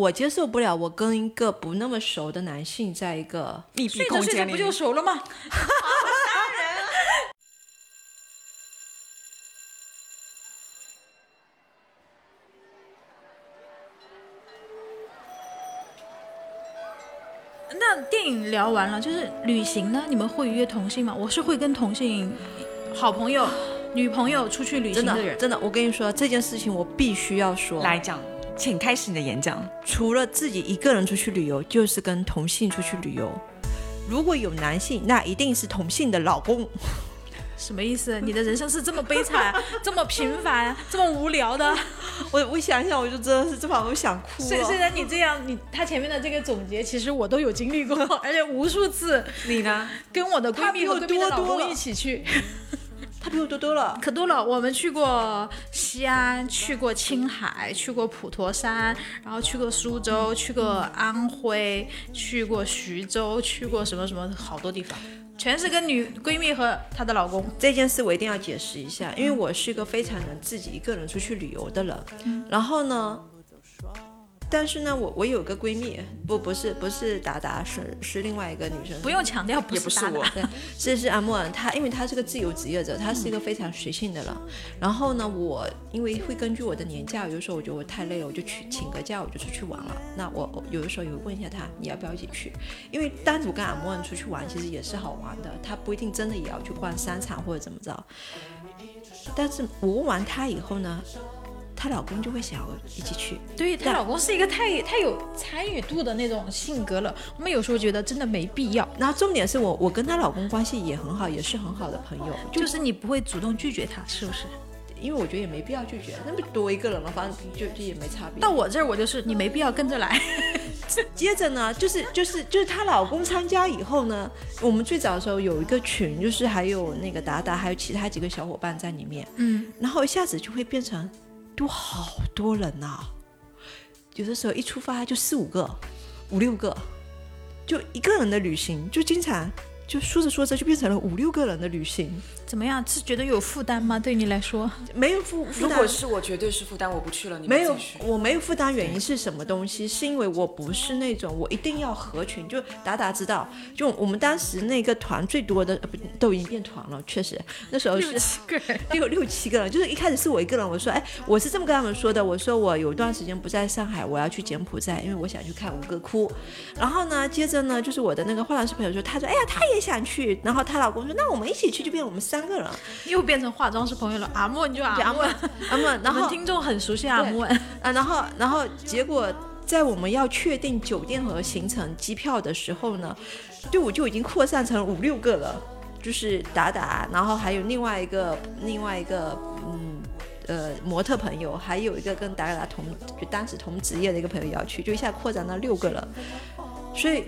我接受不了我跟一个不那么熟的男性在一个密闭睡空着睡着间里不面，就熟了吗？ 那电影聊完了，就是旅行呢？你们会约同性吗？我是会跟同性好朋友、女朋友出去旅行真人的。真的，我跟你说这件事情，我必须要说，来讲，请开始你的演讲。除了自己一个人出去旅游，就是跟同性出去旅游。如果有男性，那一定是同性的老公。 什么意思？你的人生是这么悲 惨、啊这么平凡、啊这么无聊的？我我想想，我就真的是这把我想哭虽虽然你这样，你他前面的这个总结，其实我都有经历过，而且无数次你呢？跟我的闺蜜和他闺比蜜我多的老多公了一起去，他比我多多了。 可多了。我们去过西安，去过青海，去过普陀山，然后去过苏州，去过安徽，去过徐州，去过什么什么好多地方，全是跟女闺蜜和她的老公。这件事我一定要解释一下，嗯因为我是一个非常能自己一个人出去旅游的人。嗯然后呢，但是呢，我我有个闺蜜，不不是不是达达，是是另外一个女生，不用强调，不也不是打打我对，这是阿莫尔，他因为他是个自由职业者，他是一个非常随性的人。然后呢，我因为会根据我的年假，有的时候我觉得我太累了，我就去请个假，我就出去玩了。那我我有的时候也会问一下他，你要不要一起去？因为单独跟阿莫尔出去玩其实也是好玩的，他不一定真的也要去逛商场或者怎么着。但是我问完他以后呢，她老公就会想要一起去。对她但老公是一个太太有参与度的那种性格了，我们有时候觉得真的没必要，然后重点是我我跟她老公关系也很好，也是很好的朋友，就就是你不会主动拒绝他，是不是？因为我觉得也没必要拒绝，那么多一个人了，反正就就也没差别。到我这儿我就是你没必要跟着来， 接着呢，就是就是就是她老公参加以后呢，我们最早的时候有一个群，就是还有那个达达，还有其他几个小伙伴在里面，嗯，然后一下子就会变成都好多人呐、有的时候一出发就四五个、五六个，就一个人的旅行，就经常就说着说着就变成了五六个人的旅行，怎么样？是觉得有负担吗？对你来说，没有负负如担。果是我，绝对是负担，我不去了。你们没有继续，我没有负担，原因是什么东西？是因为我不是那种我一定要合群，就达达知道，就我们当时那个团最多的，呃不都已经变团了，确实那时候是 个人，六六七个人，就是一开始是我一个人，我说，哎，我是这么跟他们说的，我说我有一段时间不在上海，我要去柬埔寨，因为我想去看吴哥窟。然后呢，接着呢，就是我的那个化妆师朋友说，他说，哎呀，他也想去，然后她老公说，那我们一起去，就变成我们三个人，又变成化妆师朋友了。阿莫你就就阿阿莫莫，阿莫，然我们后听众很熟悉阿莫，啊，然后然后结果在我们要确定酒店和行程、机票的时候呢，队伍就已经扩散成五六个了，就是达达，然后还有另外一个另外一个嗯。呃，模特朋友，还有一个跟达达同就当时同职业的一个朋友也要去，就一下扩展到六个了，所以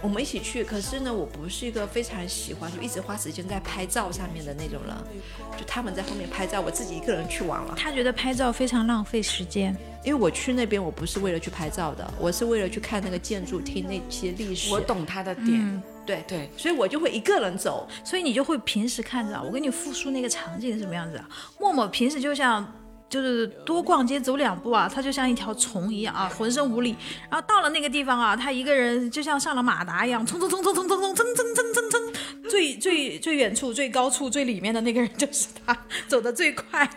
我们一起去。可是呢，我不是一个非常喜欢就一直花时间在拍照上面的那种人，就他们在后面拍照，我自己一个人去玩了。他觉得拍照非常浪费时间。因为我去那边，我不是为了去拍照的，我是为了去看那个建筑、听那些历史。我，懂他的点。嗯，对，对，所以我就会一个人走。所以你就会平时看着啊，我给你复述那个场景是什么样子啊。默默平时就像就是多逛街走两步啊，他就像一条虫一样啊，浑身无力。然后到了那个地方啊，他一个人就像上了马达一样，冲冲冲冲冲冲冲冲冲冲冲冲，最最最远处、最高处、最里面的那个人就是他，走得最快。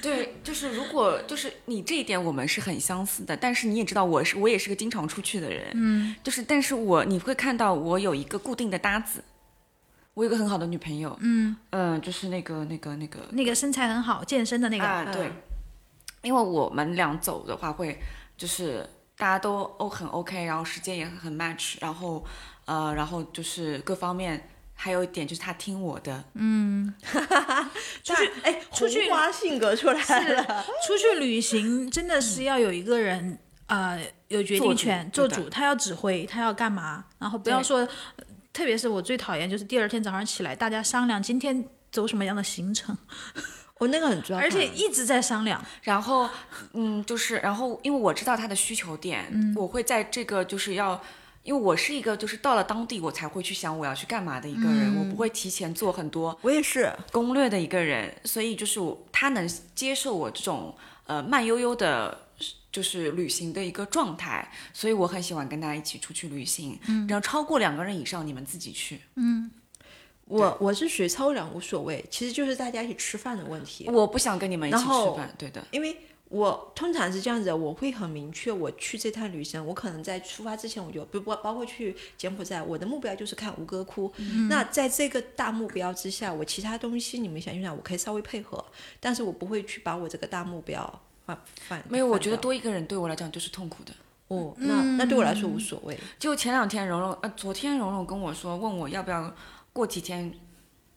对，就是如果就是你这一点我们是很相似的，但是你也知道我是我也是个经常出去的人，嗯，就是但是我你会看到我有一个固定的搭子，我有个很好的女朋友，嗯就是那个那个那个那个身材很好、健身的那个，啊对，因为我们俩走的话会就是大家都哦很 OK，然后时间也很 match，然后呃然后就是各方面。还有一点就是他听我的，出去，哎，出去红花性格出来了。出去旅行真的是要有一个人，呃，有决定权，做主做主，对的他要指挥，他要干嘛，然后不要说，呃特别是我最讨厌就是第二天早上起来，大家商量今天走什么样的行 程，我那个很抓狂，而且一直在商量，然后，嗯，就是，然后因为我知道他的需求点，我会在这个就是要，因为我是一个就是到了当地我才会去想我要去干嘛的一个人，我不会提前做很多我也是，攻略的一个人，所以就是我他能接受我这种呃慢悠悠的。就是旅行的一个状态，所以我很喜欢跟大家一起出去旅行。嗯，然后超过两个人以上，你们自己去。我我是属于超然无所谓，其实就是大家一起吃饭的问题。我不想跟你们一起然后吃饭，对的。因为我通常是这样子的，我会很明确，我去这趟旅行，我可能在出发之前，我就不包包括去柬埔寨，我的目标就是看吴哥窟。那在这个大目标之下，我其他东西你们想去哪，我可以稍微配合，但是我不会去把我这个大目标放放。没有，我放觉得掉多一个人对我来讲就是痛苦的。哦，那那对我来说无所谓。就前两天蓉蓉，呃，昨天蓉蓉跟我说，问我要不要过几天，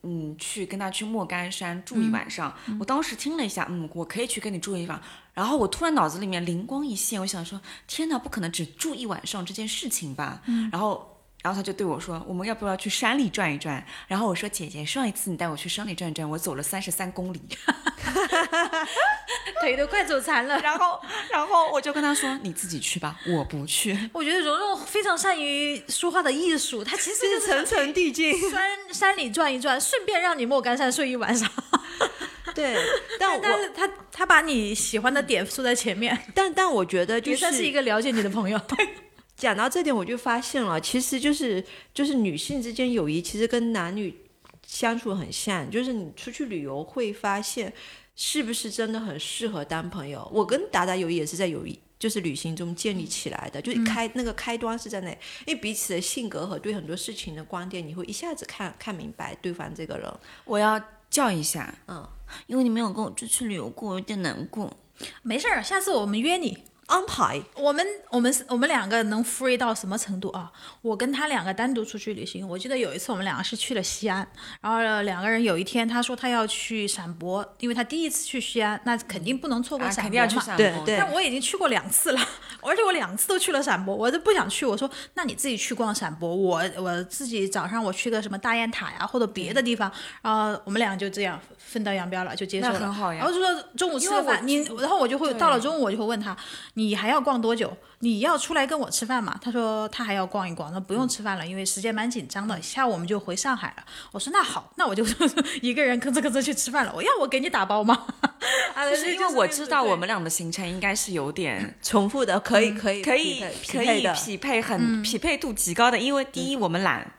嗯，去跟她去莫干山住一晚上。我当时听了一下，嗯，我可以去跟你住一晚。然后我突然脑子里面灵光一现，我想说，天哪，不可能只住一晚上这件事情吧？然后。然后他就对我说：“我们要不要去山里转一转？”然后我说：“姐姐，上一次你带我去山里转一转，我走了三十三公里。” 腿都快走残了。然后，然后我就跟他说：“你自己去吧，我不去。”我觉得蓉蓉非常善于说话的艺术，她其实这就是 层层递进，山山里转一转，顺便让你莫干山睡一晚 上。 对，但我但是她她把你喜欢的点说在前 面，但但我觉得就也算是一个了解你的朋友。讲到这点，我就发现了，其实就是就是女性之间友谊，其实跟男女相处很像，就是你出去旅游会发现是不是真的很适合当朋友。我跟达达友谊也是在友谊。就是旅行中建立起来的，就是嗯开、那个开端是在那里，因为彼此的性格和对很多事情的观点，你会一下子看看明白对方这个人。我要叫一下，嗯，因为你没有跟我出去旅游过，我有点难过。没事儿，下次我们约你。安排我们我们我们两个能 free 到什么程度啊？我跟他两个单独出去旅行，我记得有一次我们两个是去了西安，然后两个人有一天他说他要去陕博，因为他第一次去西安，那肯定不能错过啊，陕肯博定要嘛。去散步。对对但我已经去过两次了， 而且我两次都去了陕博，我都不想去。我说，那你自己去逛陕博，我我自己早上我去个什么大雁塔呀，或者别的地方，然后我们俩就这样分道扬镳了，就接受嗯了。那很好呀然后就说中午吃了饭，你然后我就会到了中午我就会问他，你还要逛多久？你要出来跟我吃饭嘛？他说他还要逛一逛，那不用吃饭了，因为时间蛮紧嗯张的，下午我们就回上海了。我说那好，那我就 一个人吭哧吭哧去吃饭了。我要我给你打包吗？啊，就是因为我知道对我们俩的行程应该是有点重复的可以可以嗯可以匹可配匹配以的，匹配很匹配度极高的，因为第一我们懒，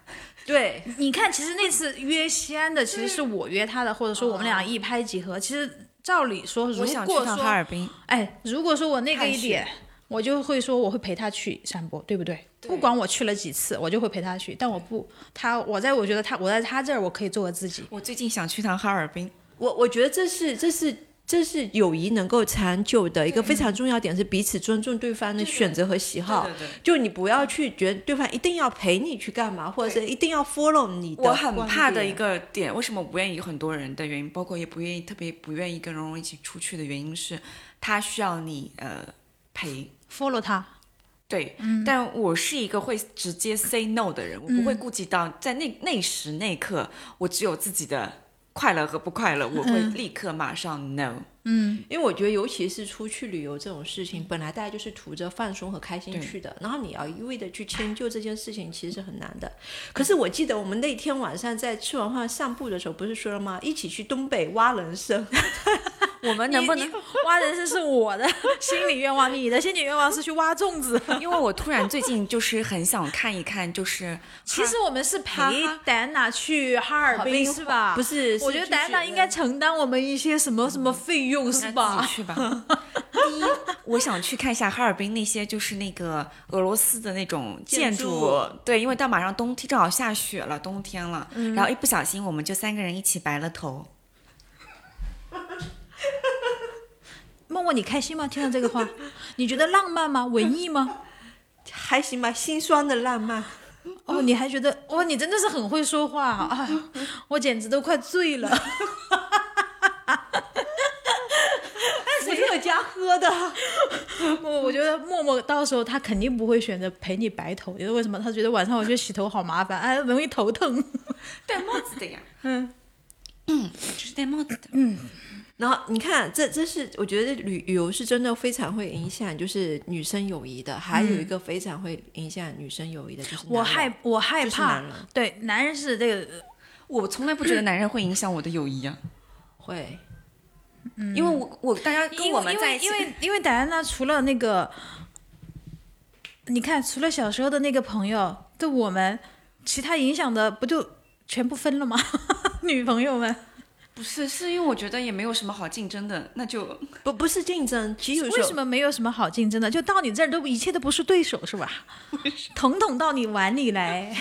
对， 你看，其实那次约西安的，其实是我约他的，或者说我们俩一拍即合。其实照理说，如我想去果趟哈说，尔滨，哎，如果说我那个看一雪点，我就会说我会陪他去山坡，对不对？不管我去了几次，我就会陪他去。但我不，他我在我觉得他我在他这儿我可以做我自己。我最近想去趟哈尔滨。我我觉得这是这是这是友谊能够长久的一个非常重要点，是彼此尊重对方的选择和喜好。对对对就你不要去觉得对方一定要陪你去干嘛，或者是一定要 follow 你的我观很点。怕的一个点，为什么我不愿意有很多人的原因，包括也不愿意特别不愿意跟蓉蓉一起出去的原因是，她需要你呃陪， follow 他，对，但我是一个会直接 say no 的人，我不会顾及到在那那时那刻，我只有自己的快乐和不快乐，我会立刻马上 no。因为我觉得，尤其是出去旅游这种事情，本来大家就是图着放松和开心去的，然后你要一味的去迁就这件事情，其实是很难的。可是我记得我们那天晚上在吃完饭散步的时候，不是说了吗？一起去东北挖人参。 我们能不你能你？ 挖人参是我的心理愿望，你的心理愿望是去挖粽子。因为我突然最近就是很想看一看， 就是其实我们是陪戴安娜去哈尔滨是吧？不是是我觉得去戴安娜雪应该承担我们一些什么什么费用是自吧 己？去吧。第一，我想去看一下哈尔滨那些就是那个俄罗斯的那种建建筑对，因为到马上冬天，正好下雪了，冬天了，然后一不小心我们就三个人一起白了头。默默，你开心吗？听到这个 话，你觉得浪漫吗？文艺吗？还行吧，心酸的浪漫。哦，你还觉得哇，你真的是很会说话啊！ 哎呀我简直都快醉 了。我是有加喝的， 我我觉得默默到时候他肯定不会选择陪你白头，因为为什么？他觉得晚上我去洗头好麻烦，哎，容易头疼。戴帽子的呀。嗯。嗯，就是戴帽子的。嗯，然后你看，这这是我觉得旅旅游是真的非常会影响，就是女生友谊的。还有一个非常会影响女生友谊的，就是男人我害我害就是怕男人，对，男人是这个我从来不觉得男人会影响我的友谊啊。会，因为我我大家跟嗯因我为们在一起因为因为因为戴安娜除了那个，你看，除了小时候的那个朋友，对我们其他影响的不就全部分了吗？ 女朋友们，不是，是因为我觉得也没有什么好竞争的，那就不不是竞争，其实有为时什候么没有什么好竞争的？就到你这儿都一切都不是对手是吧？统统到你碗里来，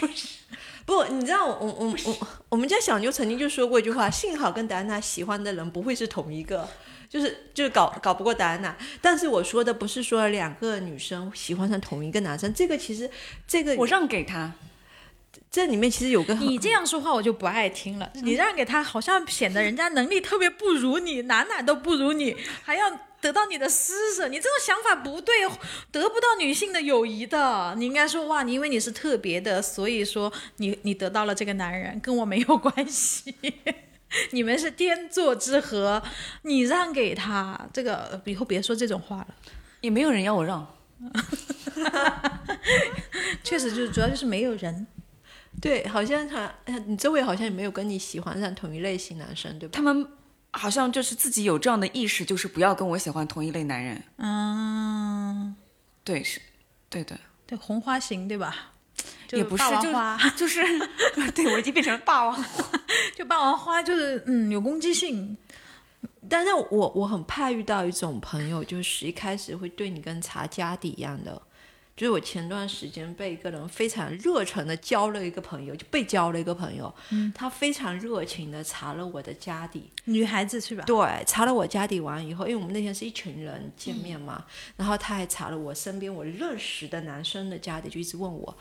不，你知道我我我我我们家小牛曾经就说过一句话，幸好跟戴安娜喜欢的人不会是同一个。就是就是搞搞不过戴安娜，但是我说的不是说两个女生喜欢上同一个男生，这个其实这个我让给他。这里面其实有个很你这样说话我就不爱听了。嗯你让给他，好像显得人家能力特别不如你，哪哪都不如你，还要得到你的施舍。你这种想法不对，得不到女性的友谊的。你应该说哇，你因为你是特别的，所以说你你得到了这个男人，跟我没有关系。 你们是天作之合，你让给他这个，以后别说这种话了。也没有人要我让，确实就是，主要就是没有人。对，好像他你周围好像也没有跟你喜欢上同一类型男生，对吧？他们好像就是自己有这样的意识，就是不要跟我喜欢同一类男人。嗯，对，是，对的，对，红花行对吧？也不是霸王就花就是 对我已经变成了霸王。就霸王花就是嗯有攻击性，但是我我很怕遇到一种朋友，就是一开始会对你跟查家底一样的。就是我前段时间被一个人非常热诚的交了一个朋友，就被交了一个朋友，他非常热情的查了我的家底，女孩子是吧？对，查了我家底完以后，因为我们那天是一群人见面嘛，然后他还查了我身边我认识的男生的家底，就一直问我，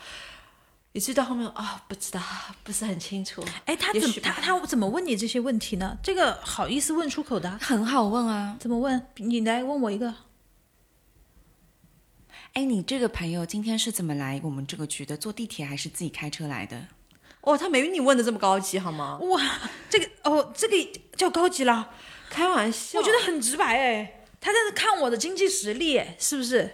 以至于到后面啊、不知道，不是很清楚。哎，他也怎么许他吧他怎么问你这些问题呢？这个好意思问出口的啊？很好问啊，怎么问？你来问我一个。哎，你这个朋友今天是怎么来我们这个局的？坐地铁还是自己开车来的？哦，他没你问的这么高级好吗？哇，这个哦，这个叫高级了，开玩笑，我觉得很直白哎。他在这看我的经济实力哎，是不是？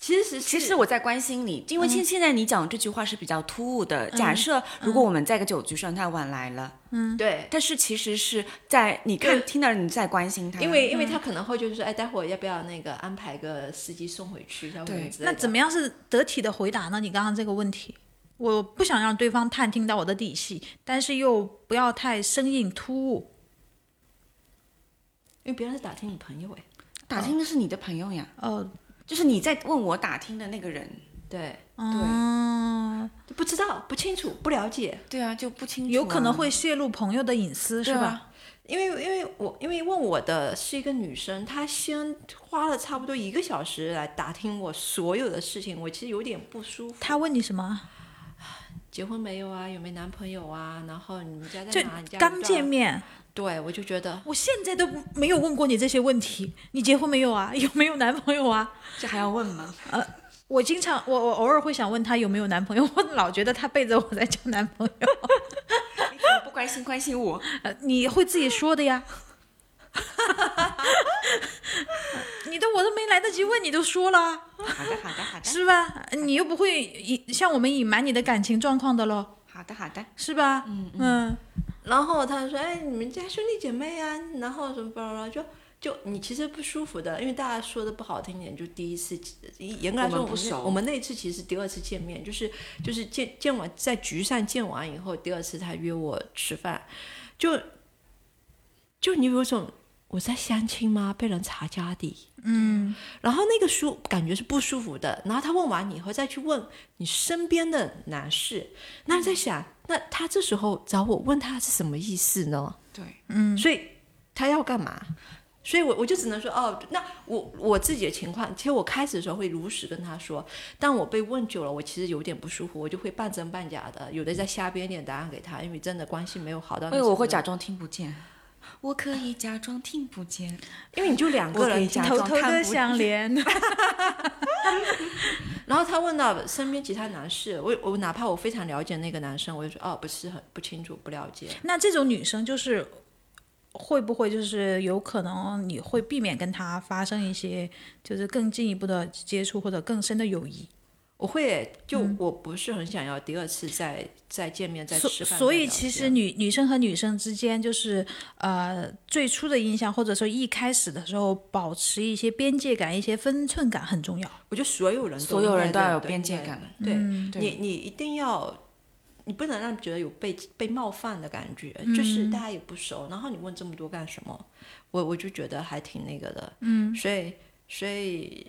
其实其其实我在关心你，因为现现在你讲这句话是比较突兀的。嗯假设如果我们在一个酒局上，他晚来了，对，但是其实是在你看听到你在关心他，嗯因为因嗯为他可能会就是说，哎，待会儿要不要那个安排个司机送回去，要不对然之类那的怎么样是得体的回答呢？你刚刚这个问题，我不想让对方探听到我的底细，但是又不要太生硬突兀。因为别人是打听你朋友哎，打听的是你的朋友呀，哦，就是你在问我打听的那个人。对，嗯，就不知道、不清楚、不了解，对啊，就不清楚啊、有可能会泄露朋友的隐私，是对啊吧？因为因为我因为问我的是一个女生，她先花了差不多一个小时来打听我所有的事情，我其实有点不舒服。他问你什么？结婚没有啊？有没有男朋友啊？然后你们家在就哪？你家刚见面，面，对我就觉得我现在都不没有问过你这些问题。你结婚没有啊？ 有没有男朋友啊？这还要问吗？我经常，我我偶尔会想问他有没有男朋友，我 老觉得他背着我在交男朋友。 你怎么哎不关心关心我？呃你会自己说的呀。 你都我都没来得及问，你都说了，啊好的，好的，好 的，是吧？你又不会隐向我们隐瞒你的感情状况的喽，好的，好的。是吧？嗯然后他说：“哎，你们家兄弟姐妹啊，然后什么巴拉巴拉，就就你其实不舒服的，因为大家说的不好听点，就第一次，严格来说我们不那熟我们那次其实第二次见面，就是就是见见完在局上见完以后，第二次他约我吃饭，就就你有一种我在相亲吗？被人查家底，嗯，然后那个舒感觉是不舒服的。然后他问完你以后再去问你身边的男士，那你在想，那他这时候找我问他是什么意思呢？对，所以他要干嘛？所以我我就只能说，哦，那我我自己的情况，其实我开始的时候会如实跟他说，但我被问久了，我其实有点不舒服，我就会半真半假的，有的再瞎编一点答案给他，因为真的关系没有好到。因为哎我会假，装听不见。我可以假装听不见，因为你就两我个可以人假装偷偷看的不相连，然后他问到身边其他男士，我我哪怕我非常了解那个男生，我就说哦，不是很不清楚，不了解。那这种女生就是会不会就是有可能你会避免跟她发生一些就是更进一步的接触或者更深的友谊？我会就嗯我不是很想要第二次再再见面再所吃饭。所再以聊其实天女女生和女生之间就是呃最初的印象，或者说一开始的时候，保持一些边界感、一些分寸感很重要。我觉得所有人都所有人应都该要有对边对界感。嗯对对你，你一定要，你不能让觉得有被被冒犯的感觉，嗯就是大家也不熟，然后你问这么多干什么？我我就觉得还挺那个的，嗯，所以所以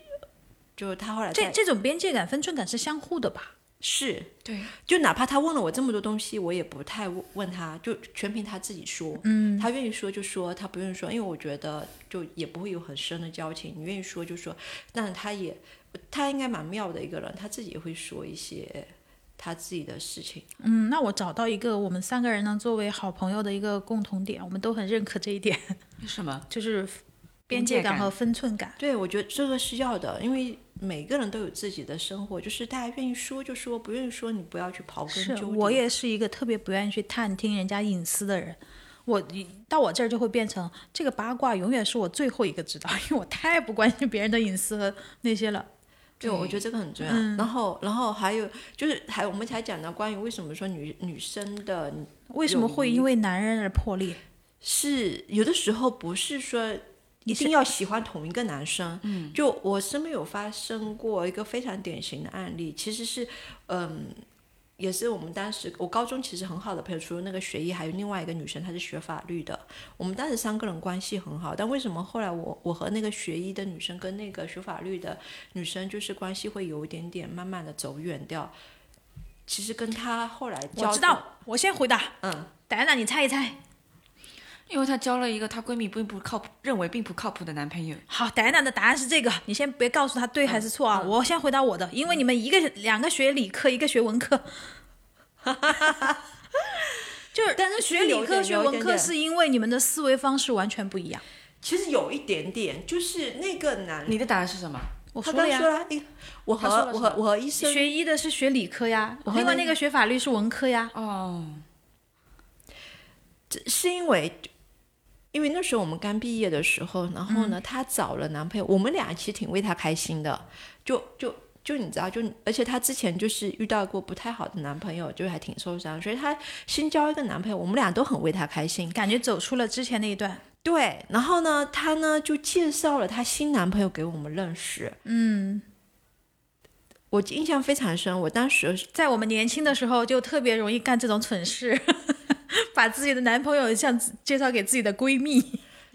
就他后来这呃在这种边界感、分寸感是相互的吧？是对，就哪怕他问了我这么多东西，我也不太问问他，就全凭他自己说。嗯，他愿意说就说，他不愿意说，因为我觉得就也不会有很深的交情。你愿意说就说，但他也他应该蛮妙的一个人，他自己也会说一些他自己的事情。嗯，那我找到一个我们三个人呢作为好朋友的一个共同点，我们都很认可这一点， 什么？就是边边界界感感和分寸感。对，我觉得这个是要的，因为每个人都有自己的生活，就是大家愿意说就说，不愿意说你不要去刨根是究底。我也是一个特别不愿意去探听人家隐私的人。我一到我这儿就会变成这个八卦，永远是我最后一个知道，因为我太不关心别人的隐私和那些了。对，嗯我觉得这个很重要。然后，然后还有就是还我们才讲到关于为什么说女女生的为什么会因为男人而破裂？是有的时候不是说一定要喜欢同一个男生。嗯，就我身边有发生过一个非常典型的案例，其实是嗯。也是我们当时，我高中其实很好的朋友，除了那个学医，还有另外一个女生，她是学法律的。我们当时三个人关系很好，但为什么后来我我和那个学医的女生跟那个学法律的女生，就是关系会有一点点慢慢的走远掉？其实跟她后来交我知道，我先回答。嗯，戴安娜，你猜一猜。因为她交了一个她闺蜜并不靠谱，认为并不靠谱的男朋友。好，戴安娜的答案是这个，你先别告诉她对还是错嗯啊。我先回答我的，因为你们一个两个学理科，一个学文科。 就是，但是学有理一科、点学有一文点科点是因为你们的思维方式完全不一样。其实有一点点，就是那个男你的答案是什么？我他说刚了呀，说了，你哎我和他说了我什和么我和医生，学医的是学理科呀，和另外那哦那个学法律是文科呀。哦，这是因为因为那时候我们刚毕业的时候，然后呢，她找了男朋友，我们俩其实挺为她开心的，就就。就你知道，就而且她之前就是遇到过不太好的男朋友，就是还挺受伤，所以她新交一个男朋友，我们俩都很为她开心。感觉走出了之前那一段，对，然后呢，她呢就介绍了她新男朋友给我们认识，嗯，我印象非常深。我当时在我们年轻的时候就特别容易干这种蠢事， 把自己的男朋友像介绍给自己的闺蜜。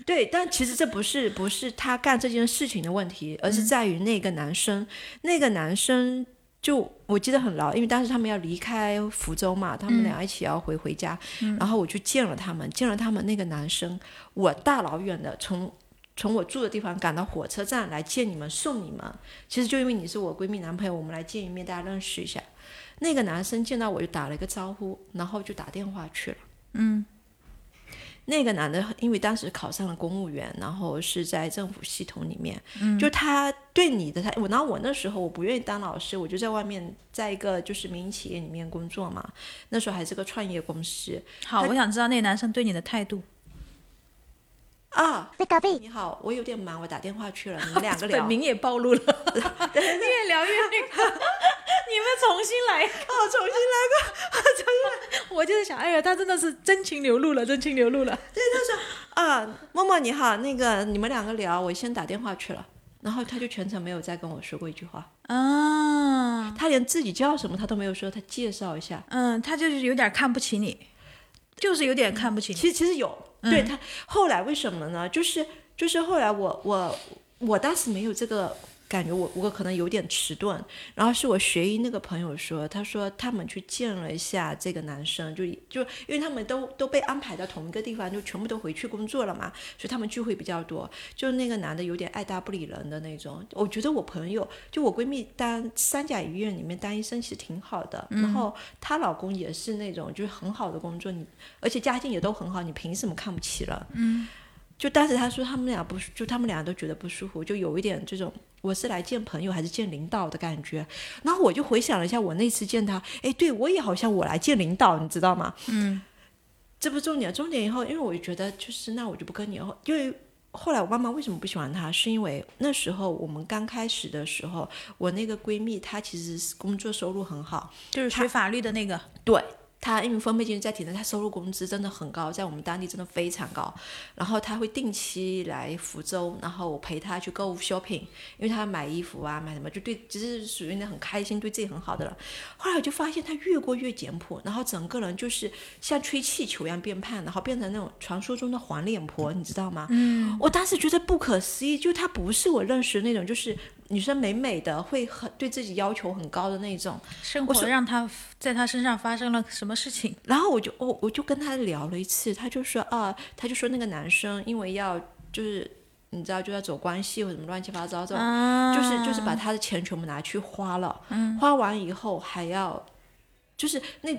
对，但其实这不是不是他干这件事情的问题，而是在于那个男生，那个男生就我记得很牢，因为当时他们要离开福州嘛，他们俩一起要回回家，然后我去见了他们，见了他们那个男生，我大老远的从。从我住的地方赶到火车站来见你们，送你们。其实就因为你是我闺蜜男朋友，我们来见一面，大家认识一下。那个男生见到我就打了一个招呼，然后就打电话去了。那个男的，因为当时考上了公务员，然后是在政府系统里面，嗯就他对你的他，我然后我那时候我不愿意当老师，我就在外面，在一个就是民营企业里面工作嘛，那时候还是个创业公司好，我想知道那男生对你的态度。啊。贝卡贝，你好，我有点忙，我打电话去了，你们 两个聊。本名也暴露了，越聊越那 个。你们哦重新来，我重新来。 我就是想，哎呀，他真的是真情流露了，真情流露了。啊，默默你好，那个你们两个聊，我先打电话去了。然后他就全程没有再跟我说过一句话，啊，他连自己叫什么他都没有说，他介绍一下。嗯，他就是有点看不起你，就是有点看不起你。其实其实有，对他后来为什么呢？就是就是后来我我我当时没有这个感觉，我我可能有点迟钝。然后是我学医那个朋友说，他说他们去见了一下这个男生，就就因为他们都都被安排到同一个地方，就全部都回去工作了嘛，所以他们聚会比较多。就那个男的有点爱搭不理人的那种。我觉得我朋友就我闺蜜当三甲医院里面当医生其实挺好的，然后她老公也是那种就是很好的工作，你而且家境也都很好，你凭什么看不起了？嗯，就当时他说他们俩不舒，就他们俩都觉得不舒服，就有一点这种我是来见朋友还是见领导的感觉。然后我就回想了一下我那次见他，哎，对我也好像我来见领导，你知道吗？嗯，这不重点，重点以后，因为我觉得就是那我就不跟你，因为后来我妈妈为什么不喜欢她，是因为那时候我们刚开始的时候，我那个闺蜜她其实是工作收入很好，就是学法律的那个，对她因为分配经济在体内，她收入工资真的很高，在我们当地真的非常高。然后她会定期来福州，然后我陪她去购物 shopping，因为她买衣服啊，买什么就对，其实属于那很开心，对自己很好的了。后来我就发现她越过越简朴，然后整个人就是像吹气球一样变胖，然后变成那种传说中的黄脸婆，你知道吗？嗯，我当时觉得不可思议，就她不是我认识的那种，就是女生美美的，会很对自己要求很高的那种。生活让他在他身上发生了什么事情？然后我就哦我我就跟他聊了一次，他就说啊，他就说那个男生因为要就是你知道就要走关系或者什么乱七八糟这种，就是就是把他的钱全部拿去花了，花完以后还要就是那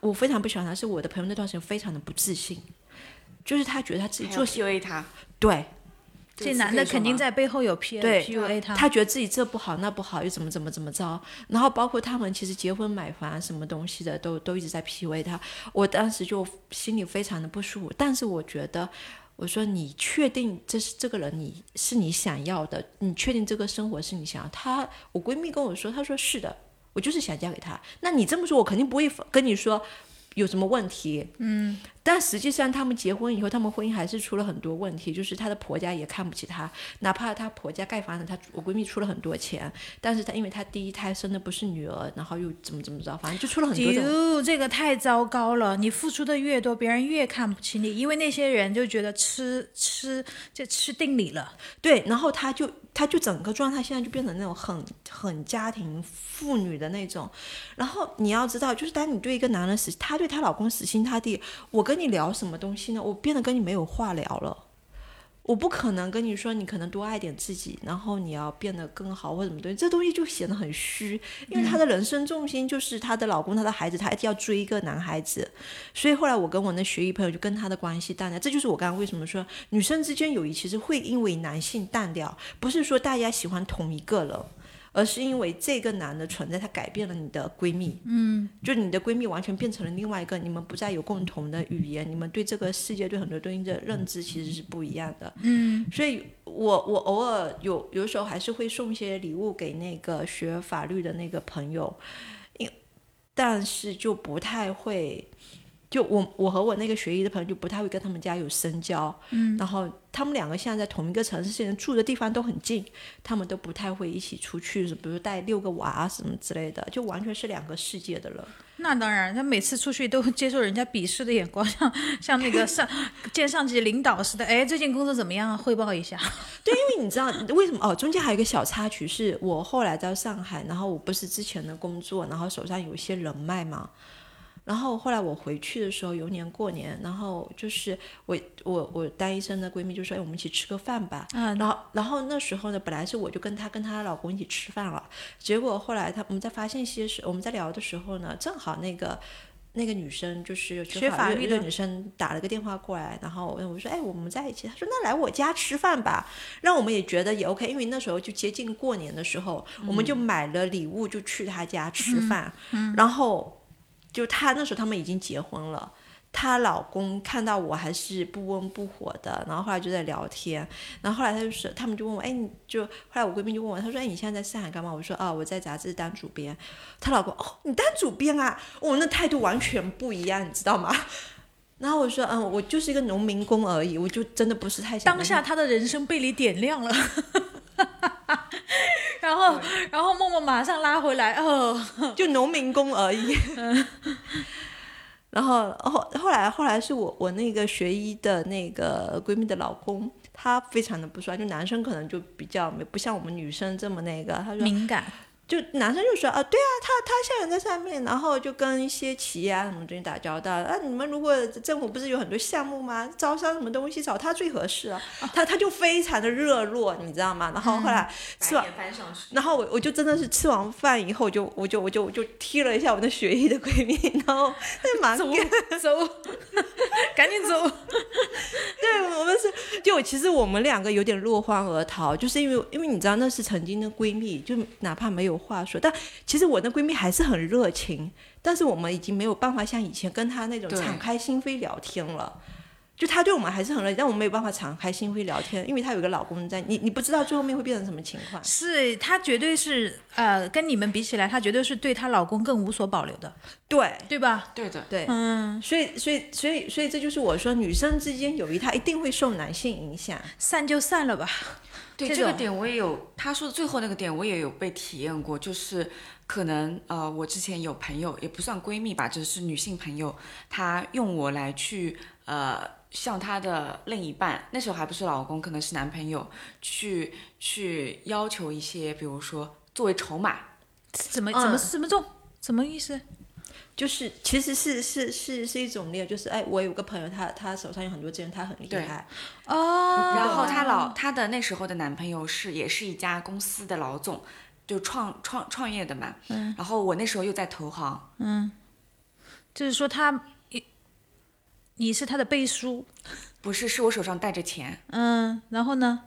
我非常不喜欢他，是我的朋友那段时间非常的不自信，就是他觉得他自己做做 PUA 他，对这男的肯定在背后有 P 对 P U A 他，他觉得自己这不好那不好，又怎么怎么怎么着。然后包括他们其实结婚买房啊什么东西的，都都一直在 PUA 他。我当时就心里非常的不舒服，但是我觉得。我说你确定这是这个人你是你想要的？你确定这个生活是你想要？她我闺蜜跟我说，她说是的，我就是想嫁给他。那你这么说，我肯定不会跟你说有什么问题。嗯，但实际上他们结婚以后，他们婚姻还是出了很多问题，就是她的婆家也看不起她，哪怕她婆家盖房子，她我闺蜜出了很多钱，但是她因为她第一胎生的不是女儿，然后又怎么怎么着，反正就出了很多种。哟，这个太糟糕了！你付出的越多，别人越看不起你，因为那些人就觉得吃吃就吃定你了。对，然后她就她就整个状态现在就变成那种很很家庭妇女的那种。然后你要知道，就是当你对一个男人死，她对她老公死心塌地，我跟你聊什么东西呢？我变得跟你没有话聊了。我不可能跟你说，你可能多爱点自己，然后你要变得更好或什么东西，这东西就显得很虚，因为她的人生重心就是她的老公、她的孩子，她一定要追一个男孩子，所以后来我跟我那学医朋友就跟她的关系淡掉，这就是我刚刚为什么说女生之间友谊其实会因为男性淡掉，不是说大家喜欢同一个人，而是因为这个男的存在，他改变了你的闺蜜，嗯，就你的闺蜜完全变成了另外一个，你们不再有共同的语言，你们对这个世界、对很多东西的认知其实是不一样的，嗯，所以我我偶尔有有时候还是会送一些礼物给那个学法律的那个朋友，因但是就不太会。就我我和我那个学医的朋友就不太会跟他们家有深交，嗯，然后他们两个现在在同一个城市，现在住的地方都很近，他们都不太会一起出去，比如带六个娃啊什么之类的，就完全是两个世界的人。那当然，他每次出去都接受人家鄙视的眼光，像像那个上 见上级领导似的。哎，最近工作怎么样啊？汇报一下。对，因为你知道为什么哦？中间还有一个小插曲，是我后来到上海，然后我不是之前的工作，然后手上有一些人脉嘛。然后后来我回去的时候，有一年过年，然后就是我我我单医生的闺蜜就说：“哎，我们一起吃个饭吧。”嗯然后然后那时候呢，本来是我就跟她跟她老公一起吃饭了，结果后来她我们在发现一些事，我们在聊的时候呢，正好那个那个女生就是学法律律的女生打了个电话过来，然后我说：“哎，我们在一起。”她说：“那来我家吃饭吧。”让我们也觉得也 OK，因为那时候就接近过年的时候，我们就买了礼物就去她家吃饭，然后就她那时候他们已经结婚了。她老公看到我还是不温不火的，然后后来就在聊天，然后后来他就是他们就问我，哎，你就后来我闺蜜就问我，她说，哎，你现在在上海干嘛？我说，啊，我在杂志当主编。她老公，哦，你当主编啊？哦，那态度完全不一样，你知道吗？ 然后我说，嗯，我就是一个农民工而已，我就真的不是太想当下他的人生被你点亮了。 然后，然后默默马上拉回来，哦，就农民工而已。 然后后后来后来是我我那个学医的那个闺蜜的老公，他非常的不爽，就男生可能就比较没不像我们女生这么那个，他说敏感，就男生就说啊，对啊，他他现在在上面，然后就跟一些企业啊什么东西打交道。啊，你们如果政府不是有很多项目吗？招商什么东西找他最合适啊？他他就非常的热络，你知道吗？然后后来吃完白眼翻上去。然后我我就真的是吃完饭以后就，我就我就我就踢了一下我的学医的闺蜜，然后那蛮走走， 赶紧走。对我们是就其实我们两个有点落荒而逃，就是因为因为你知道那是曾经的闺蜜，就哪怕没有话说，但其实我那闺蜜还是很热情，但是我们已经没有办法像以前跟她那种对敞开心扉聊天了。就她对我们还是很热情，但我们没有办法敞开心扉聊天，因为她有个老公在，你你不知道最后面会变成什么情况。是她绝对是呃，跟你们比起来，她绝对是对她老公更无所保留的，对，对吧？对的，对，嗯，所以所以所以所以这就是我说，女生之间友谊她一定会受男性影响。散就散了吧。对这这个种点我也有，他说的最后那个点我也有被体验过，就是可能呃，我之前有朋友也不算闺蜜吧，只是女性朋友，她用我来去呃向她的另一半，那时候还不是老公，可能是男朋友，去去要求一些，比如说作为筹码，怎么嗯怎么怎么中？什么意思？就是其实是是是是一种猎，就是哎，我有个朋友他，他手上有很多资源，他很厉对害，哦，然后她老她的那时候的男朋友是也是一家公司的老总，就创创创业的嘛。嗯。然后我那时候又在投行，就是说他，你你是他的背书，不是是我手上带着钱，嗯，然后呢？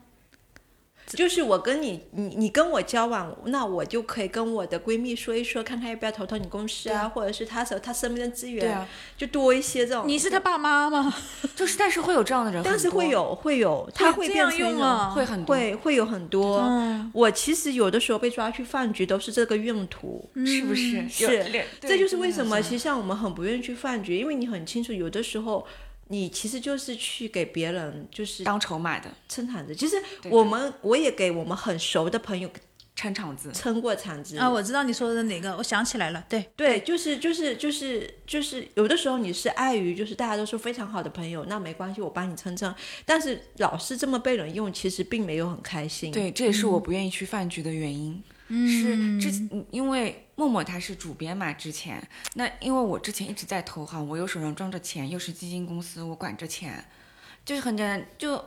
就是我跟你你你跟我交往，那我就可以跟我的闺蜜说一说，看看要不要投投你公司啊，或者是她手她身边的资源，对啊就多一些这种。你是他爸妈吗？就是但是会有这样的人，但是会。有会有，他会这变样成一用种啊，会很多，会会有很多。嗯我其实有的时候被抓去饭局都是这个用途。是不嗯是？嗯有 是对这就是真为的什是么其实像我们很不愿意去饭局，因为你很清楚，有的时候你其实就是去给别人就是当筹码的撑场子。其实我们我也给我们很熟的朋友撑场子，撑过场子啊，我知道你说的哪个，我想起来了，对，对，就是就是就是就是，有的时候你是碍于就是大家都是非常好的朋友，那没关系，我帮你撑撑。但是老是这么被人用，其实并没有很开心。，对，这也是嗯我不愿意去饭局的原因。嗯是之前因为默默她是主编嘛，之前那因为我之前一直在投行，我又手上装着钱，又是基金公司，我管着钱，就是很简单，就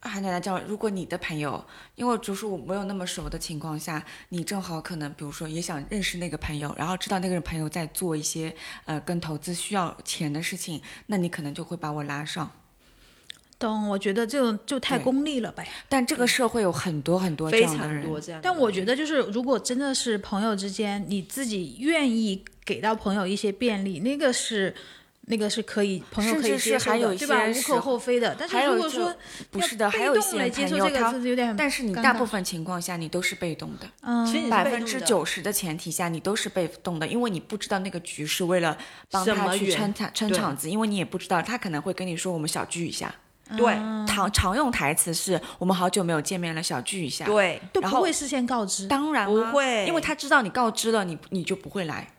很简单叫，如果你的朋友，因为就是我没有那么熟的情况下，你正好可能比如说也想认识那个朋友，然后知道那个朋友在做一些呃跟投资需要钱的事情，那你可能就会把我拉上。懂。我觉得这种就太功利了呗。但嗯这个社会有很多很多这非样的常人，多这样的人。但我觉得就是，如果真的是朋友之间，你自己愿意给到朋友一些便利，那个是。那个是可以，朋友可以甚至是接受还有的，一对吧？些无时可候厚非的。但是还有如果就说不要是的，还被有一动来些接朋受友这个，他是，有嗯点。但是你尴大尬部分情况下你都是被动的，其实你是嗯百被分动之的九十的前提下你都是被动的，因为你不知道那个局是为了帮什他么去原撑场撑对场子，因为你也不知道他可能会跟你说我们小聚一下，对嗯常常用台词是我们好久没有见面了，小聚一下。，对，都然不后会事先告知。当然不啊会因为他知道你告知了你你就不会来。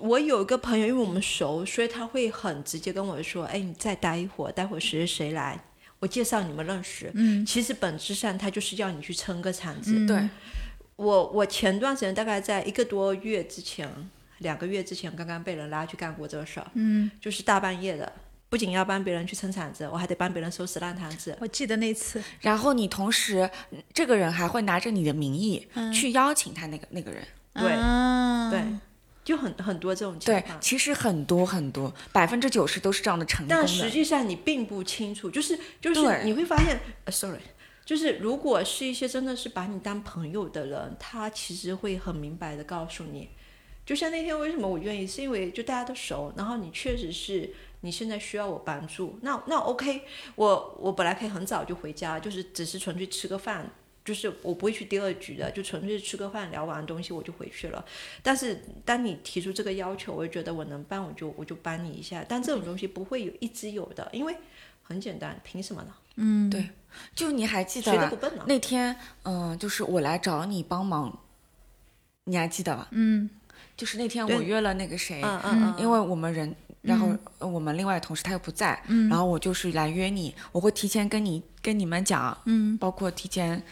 我有一个朋友，因为我们熟，所以他会很直接跟我说：“哎，你再待一会儿，待会儿谁谁谁来，我介绍你们认识。”嗯，其实本质上他就是要你去撑个场子。对，我我前段时间大概在一个多月之前，两个月之前，刚刚被人拉去干过这个事儿。嗯，就是大半夜的，不仅要帮别人去撑场子，我还得帮别人收拾烂摊子。我记得那次，然后你同时这个人还会拿着你的名义嗯去邀请他那个那个人。对啊对，就很很多这种情对况，。其实很多很多，百分之九十都是这样的成功但实的。际上你并不清楚，就是就是对你会发现、呃 s o r r y 就是如果是一些真的是把你当朋友的人，他其实会很明白的告诉你。就像那天为什么我愿意，是因为就大家都熟，然后你确实是你现在需要我帮助，那那 OK，我我本来可以很早就回家，就是只是纯粹吃个饭。就是我不会去第二局的，就纯粹吃个饭聊完东西我就回去了。但是当你提出这个要求，我就觉得我能帮我就我就帮你一下。但这种东西不会有一直有的，因为很简单，凭什么呢？就你还记嗯得谁都吧不？笨呢。啊那天，嗯、就是我来找你帮忙，你还记得吧？嗯，就是那天对我约了那个谁，嗯嗯嗯，嗯因为我们人，然后呃我们另外同事他又不在，然后我就是来约你，我会提前跟你跟你们讲，嗯，包括提前，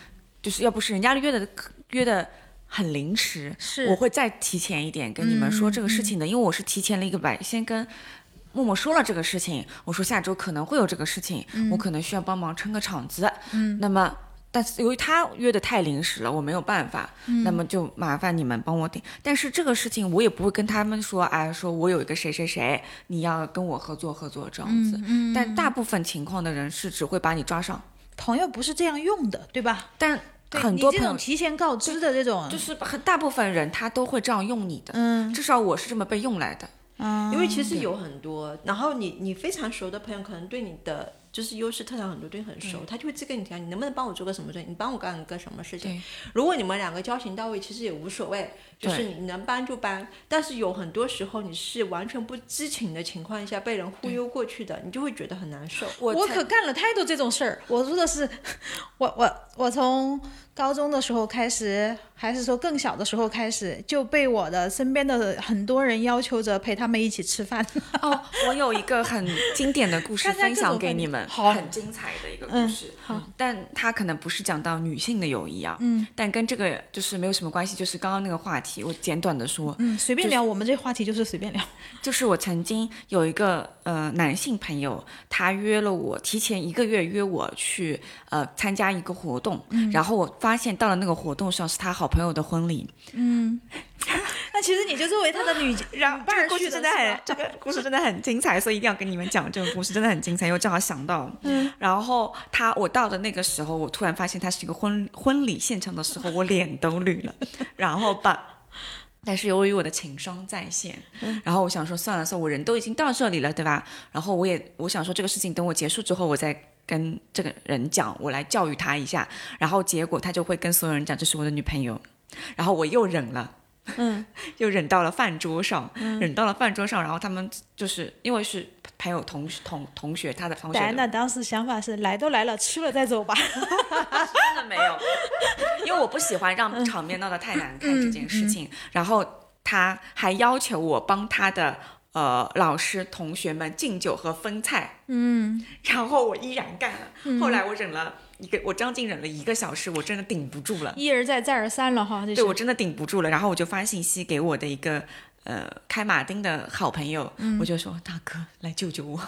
就是要不是人家约的约的很临时，是嗯我会再提前一点跟你们说这个事情的，因为我是提前了一个白，先跟。默默说了这个事情，我说下周可能会有这个事情，嗯我可能需要帮忙撑个场子。嗯，那么，但是由于他约的太临时了，我没有办法，嗯那么就麻烦你们帮我顶。但是这个事情我也不会跟他们说，哎，说我有一个谁谁谁，你要跟我合作合作这嗯样子。但大部分情况的人是只会把你抓上，朋友不是这样用的，对吧？但对很你多这朋友种提前告知的这种，就是很大部分人他都会这样用你的，嗯至少我是这么被用来的。嗯，因为其实有很多，然后你你非常熟的朋友可能对你的就是优势特长很多，对你很熟，他就会自跟你讲，你能不能帮我做个什么事情，你帮我干个什么事情对。如果你们两个交情到位，其实也无所谓，就是对你能帮就帮。但是有很多时候你是完全不知情的情况下被人忽悠过去的，你就会觉得很难受。我我才可干了太多这种事儿。我说的是，我我我从高中的时候开始，还是说更小的时候开始，就被我的身边的很多人要求着陪他们一起吃饭。 哦， 我有一个很经典的故事看看分这享种给分你们，好很精彩的一个故嗯事。但它可能不是讲到女性的友谊啊，嗯，但跟这个就是没有什么关系。就是刚刚那个话题，我简短的说，嗯，随便聊，我们这话题就是随便聊。 就是我曾经有一个呃男性朋友，他约了我，提前一个月约我去呃参加一个活动，嗯然后我发现到了那个活动上是他好朋友的婚礼，那其实你就作为他的啊女然伴儿故去事真的的是很吧，这个故事真的很精彩，所以一定要跟你们讲这个故事，真的很精彩，因为我正好想到。嗯，然后他我到的那个时候，我突然发现他是一个婚婚礼现场的时候，我脸都绿了，然后把。但是由于我的情商在线，然后我想说算了算了，我人都已经到这里了，对吧？然后我也我想说这个事情等我结束之后，我再跟这个人讲，我来教育他一下。然后结果他就会跟所有人讲这是我的女朋友，然后我又忍了。嗯， 又忍到了饭桌上，忍到了饭桌上，然后他们就是因为是朋友同学同同学，他的同学戴安的娜当时想法是，来都来了，吃了 再走吧。真的没有，因为我不喜欢让场面闹得太难看这件事情，然后他还要求我帮他的呃老师同学们敬酒和分菜，嗯，然后我依然干了，后来我忍了一个，我将近忍了一个小时，我真的顶不住了。一而再，再而三了哈，这对是我真的顶不住了，然后我就发信息给我的一个呃开马丁的好朋友，我就说大哥来救救我，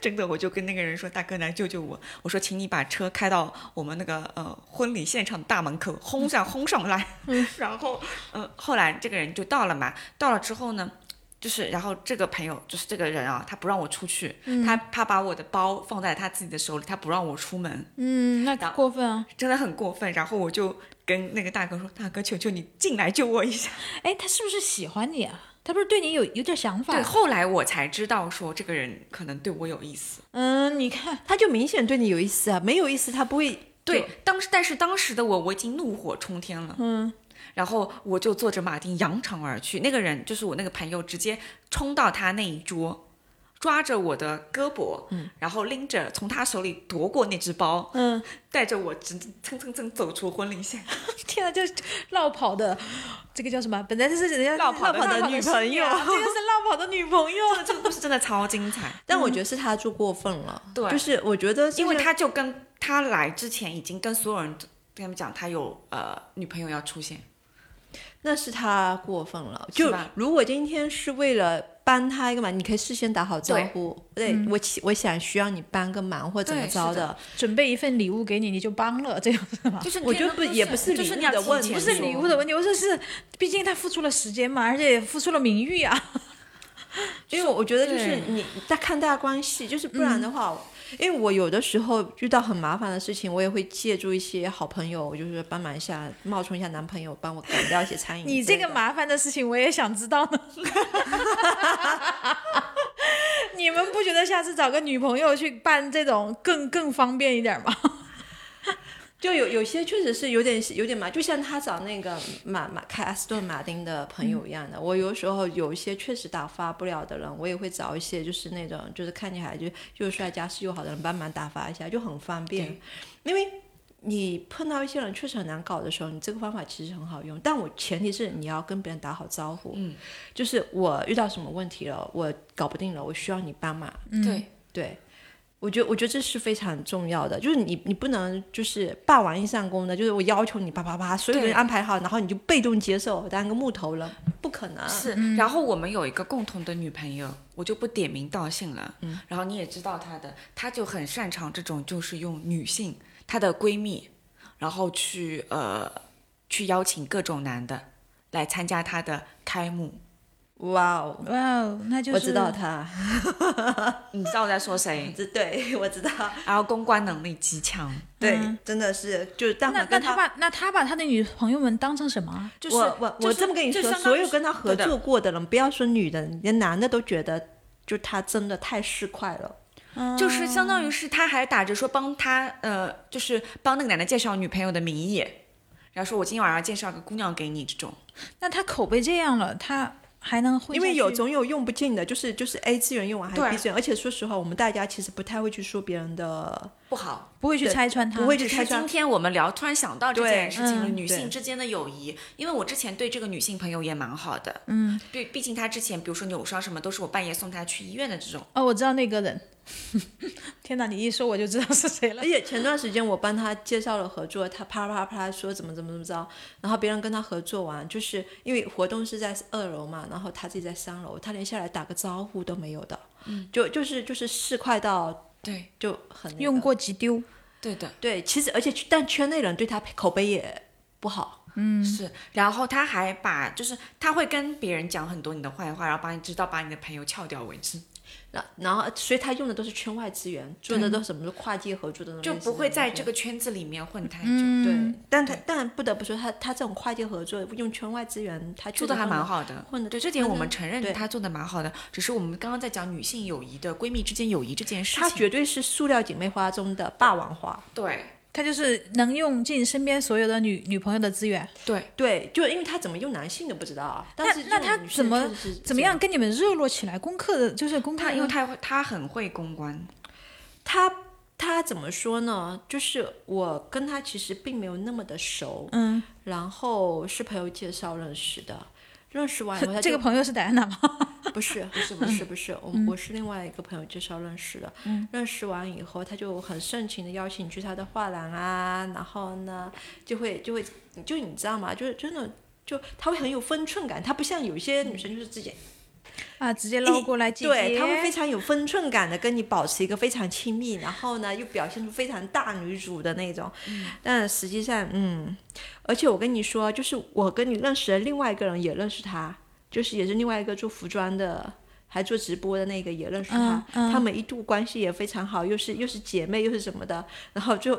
真的我就跟那个人说大哥来救救我，我说请你把车开到我们那个呃婚礼现场的大门口轰上轰上来，然后嗯、呃后来这个人就到了嘛，到了之后呢。就是，然后这个朋友就是这个人啊，他不让我出去，他他把我的包放在他自己的手里，他不让我出门，嗯，那过分啊。真的很过分。然后我就跟那个大哥说：“大哥，求求你进来救我一下。哎，他是不是喜欢你啊？他不是对你有有点想” 法对，啊？后来我才知道说这个人可能对我有意思。嗯，你看，他就明显对你有意思啊，没有意思他不会。对，当时但是当时的我，我已经怒火冲天了。嗯，然后我就坐着马丁扬长而去。那个人就是我那个朋友，直接冲到他那一桌，抓着我的胳膊，嗯、然后拎着从他手里夺过那只包，嗯，带着我直蹭蹭蹭走出婚礼 现场。天呐，就是落跑的，这个叫什么？本来这是人家落跑的落女新朋 友娘这个是落跑的女朋 友。这个故事真的超精彩。但我觉得是他做过分了，嗯对就是我觉得因为他。他就跟他来之前已经跟所有人跟他们讲，他有呃女朋友要出现，那是他过分了。是就吧如果今天是为了帮他一个忙，你可以事先打好招呼。对我起，我想需要你帮个忙或怎么嗯对着是的的，准备一份礼物给你，你就帮了，这样是 吗？ 就是我觉得不也不是就礼是物你要的提问前题不是说礼物的问题，我说是，毕竟他付出了时间嘛，而且也付出了名誉啊。因为我觉得就是对嗯你在看大家关系，就是不然的话，因为我有的时候遇到很麻烦的事情，我也会借助一些好朋友，就是帮忙一下，冒充一下男朋友，帮我赶掉一些苍蝇。你这个嘛，麻烦嗯的事情，我也想知道呢。 你们不觉得下次找个女朋友去办这种更更方便一点吗？就有有些确实是有点有点麻，就像他找那个马马凯阿斯顿马丁的朋友一样的。我有时候有一些确实打发不了的人，我也会找一些就是那种就是看起来就又帅家世又好的人帮忙打发一下，就很方便。因为你碰到一些人确实很难搞的时候，你这个方法其实很好用，但我前提是你要跟别人打好招呼。嗯，就是我遇到什么问题了，我搞不定了，我需要你帮忙。对，对，我觉得我觉得这是非常重要的，就是你你不能就是霸王硬上弓的，就是我要求你啪啪啪，所有人对安排好，然后你就被动接受，当个木头人，不可能。是。然后我们有一个共同的女朋友，我就不点名道姓了。嗯，然后你也知道她的，她就很擅长这种，就是用女性她的闺蜜，然后去呃去邀请各种男的来参加她的开幕。哇哦，哇哦，那就是我知道他，你知道我在说 谁？这对我知道，然后公关能力极强。对，真的是就是但那凡那跟他把那他把他的女朋友们当成什么啊？就是我我就我是这么跟你就说，相当所于有跟他合对的作过的人，不要说女的，连男的都觉得就他真的太市侩了。就是相当哦于是他还打着说帮他呃，就是帮那个奶奶介绍女朋友的名义，然后说我今天晚上介绍个姑娘给你这种。那他口碑这样了，他还能混因下为有去总有用不尽的，就是就是 A 资源用完还有对啊 B 资源，而且说实话，我们大家其实不太会去说别人的，不好，不会去对拆穿他，不会只去是拆今穿。天我们聊，突然想到这对件事情了，嗯女性对之间的友谊。因为我之前对这个女性朋友也蛮好的，嗯，毕毕竟她之前比如说扭伤什么，都是我半夜送她去医院的这种。哦，我知道那个人。天哪，你一说我就知道是谁了而。且前段时间我帮他介绍了合作，他啪啪啪说怎么怎么怎么着，然后别人跟他合作完，就是因为活动是在二楼嘛，然后他自己在三楼，他连下来打个招呼都没有的，嗯，就就是就是市侩到对就很、那个 用过即丢，对的，对，其实而且但圈内人对他口碑也不好，是。然后她还把就是她会跟别人讲很多你的坏话，然后把你直到把你的朋友撬掉为止，然然后所以他用的都是圈外资源，做的都什么都跨界合作的那种就类似的不会在东西这个圈子里面混太久。对嗯，，但他但不得不说他，他这种跨界合作用圈外资源，他做的还蛮。好的，嗯混得对这点混我得们承认对她做的蛮好的，只是我们刚刚在讲女性友谊的闺蜜之间友谊这件事情，他绝对是塑料姐妹花中的霸王花，对他就是能用尽身边所有的女女朋友的资源。对对，就因为他怎么用男性的不知道啊，但是那用他女性怎么确实是怎么样？跟你们热络起来？攻克的就是攻克她，的，嗯因为她会她很会公关，他他怎么说呢？就是我跟他其实并没有那么的熟，嗯，然后是朋友介绍认识的，认识 完以后他这就个朋友是戴安娜吗？ 不是不是不是不是，我我是另外一个朋友介绍认识的，认识完以后他就很盛情的邀请你去他的画廊啊，然后呢就会就会就你知道吗？就是真的就他会很有分寸感，他不像有些女生就是自己 啊，直接捞过来姐姐，对，他会非常有分寸感的跟你保持一个非常亲密，然后呢又表现出非常大女主的那种。嗯但实际上，嗯，而且我跟你说，就是我跟你认识的另外一个人也认识他，就是也是另外一个做服装的。还做直播的那个也认识他，嗯嗯他们一度关系也非常好，又是又是姐妹又是什么的，然后就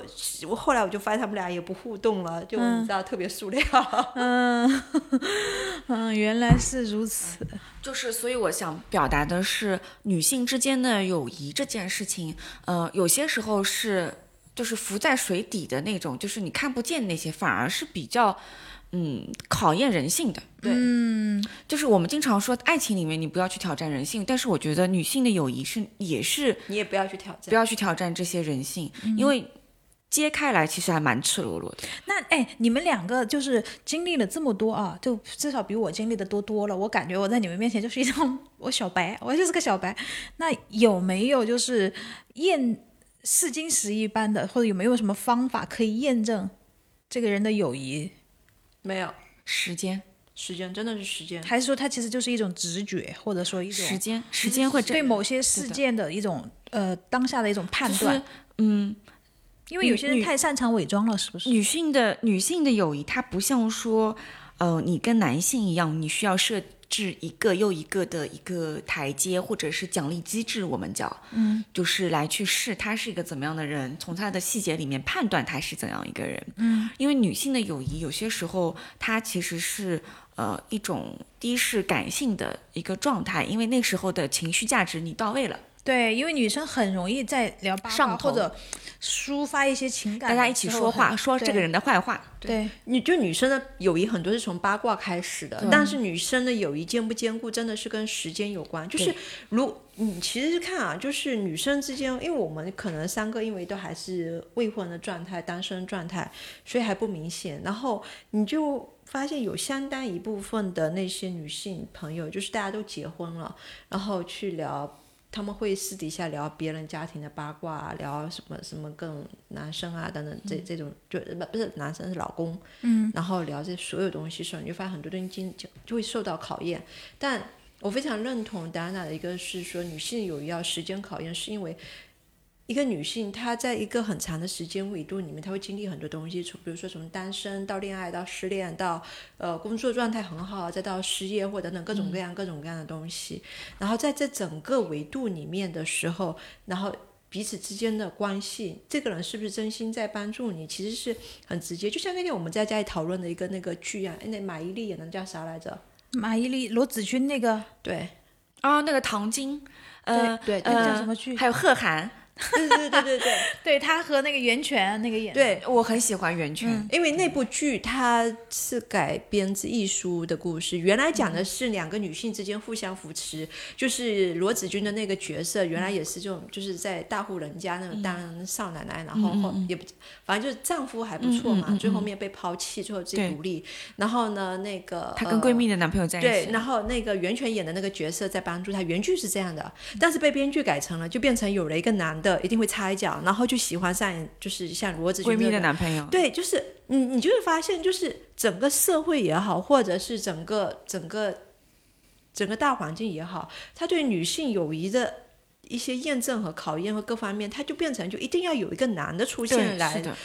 我后来我就发现他们俩也不互动了，就你知道、特别 塑料。嗯 嗯，原来是如此。就是，所以我想表达的是，女性之间的友谊这件事情，呃，有些时候是就是浮在水底的那种，就是你看不见那些，反而是比较嗯考验人性的。对，嗯，就是我们经常说，爱情里面你不要去挑战人性，但是我觉得女性的友谊是也是你也不要去挑不战。要去挑战这些人性，因为揭开来其实还蛮赤裸裸的。那哎，你们两个就是经历了这么多啊，就至少比我经历的多多了。我感觉我在你们面前就是一张我小白，我就是个小白。那有没有就是验试金石一般的，或者有没有什么方法可以验证这个人的友谊？没有时间，时间，真的是时间。还是说它其实就是一种直觉，或者说一时种间，时间会对证某些事件的一种呃当下的一种判就是断？嗯。因为有些人女太擅长伪装了，是不是？女性的女性的友谊，它不像说，呃，你跟男性一样，你需要设置一个又一个的一个台阶，或者是奖励机制，我们叫，嗯，就是来去试他是一个怎么样的人，从他的细节里面判断他是怎样一个人，嗯，因为女性的友谊有些时候它其实是。呃，一种的是感性的一个状态，因为那时候的情绪价值你到位了，对，因为女生很容易在聊八卦上头或者抒发一些情感大的时候很，家一起说话，说这个人的坏话，对。对你就女生的友谊很多是从八卦开始的，但是女生的友谊坚不坚固，真的是跟时间有关。就是对如你其实是看啊，就是女生之间，因为我们可能三个因为都还是未婚的状态、单身状态，所以还不明显。然后你就发现有相当一部分的那些女性朋友，就是大家都结婚了，然后去聊。他们会私底下聊别人家庭的八卦啊，聊什么什么更男生啊等等这这种，就不不是男生是老公，然后聊这所有东西的时候，你就发现很多东西经就就会受到考验。但我非常认同达娜的一个是说，女性有要时间考验，是因为一个女性她在一个很长的时间维度里面，她会经历很多东西，从比如说从单身到恋爱到失恋到呃工作状态很好，再到失业或等等各种各样、各种各样的东西。然后在这整个维度里面的时候，然后。彼此之间的关系，这个人是不是真心在帮助你，其实是很直接。就像那天我们在家里讨论的一个那个剧啊，哎那马伊琍演的叫啥来着？马伊琍、罗子君那个对，啊，那个唐晶，呃，对对呃那个叫什么剧还有贺涵，对对对对对对他和那个袁泉那个演，，对，我很喜欢袁泉。因为那部剧它是改编自一书的故事，原来嗯讲的是两个女性之间互相扶持，就是罗子君的那个角色，原来也是这种，就是在大户人家那嗯种当少奶奶，然后后也不，反正就是丈夫还不错嘛，嗯嗯嗯嗯最后面被抛弃，最后自己对独立，然后呢，那个她跟闺。蜜的男朋友在呃一起，对，然后那个袁泉演的那个角色在帮助她，原剧是这样的，但是被编剧改成了，就变成有了一个男的一定会插一脚，然后就喜欢上就是像罗子君闺蜜这的个男朋友，对，就是你，你就会发现，就是整个社会也好，或者是整个整个整个大环境也好，它对女性友谊的一些验证和考验和各方面，它就变成就一定要有一个男的出对，现来是。的，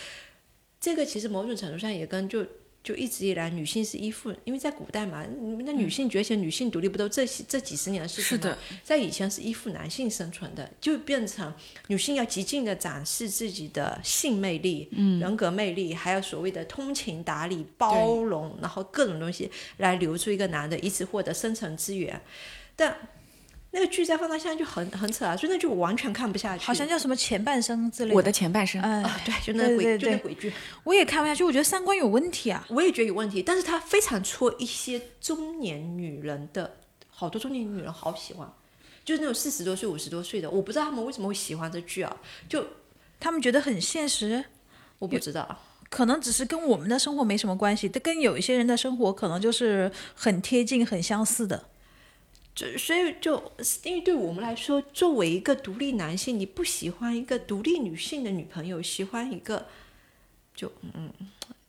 这个其实某种程度上也跟就。就一直以来，女性是依附，因为在古代嘛，那嗯女性觉醒、女性独立不都这些这几十年的事情是吗？的，在以前是依附男性生存的，就变成女性要极尽的展示自己的性魅力、嗯人格魅力，还有所谓的通情达理、包容，然后各种东西来留住一个男的，以此获得生存资源。但那个剧再放到现在就很很扯啊，所以那就我完全看不下去。好像叫什么前半生之类我的前半生，嗯、啊，对，就那对鬼，对就那对鬼剧，我也看不下去，我觉得三观有问题啊。我也觉得有问题，但是它非常戳一些中年女人的，好多中年女人好喜欢。就是那种四十多岁、五十多岁的，我不知道他们为什么会喜欢这剧啊，就他们觉得很现实，我不知道啊，可能只是跟我们的生活没什么关系，但跟有一些人的生活可能就是很贴近、很相似的。就所以就呃因为对我们来说，作为一个独立男性，你不喜欢一个独立女性的女朋友，喜欢一个就嗯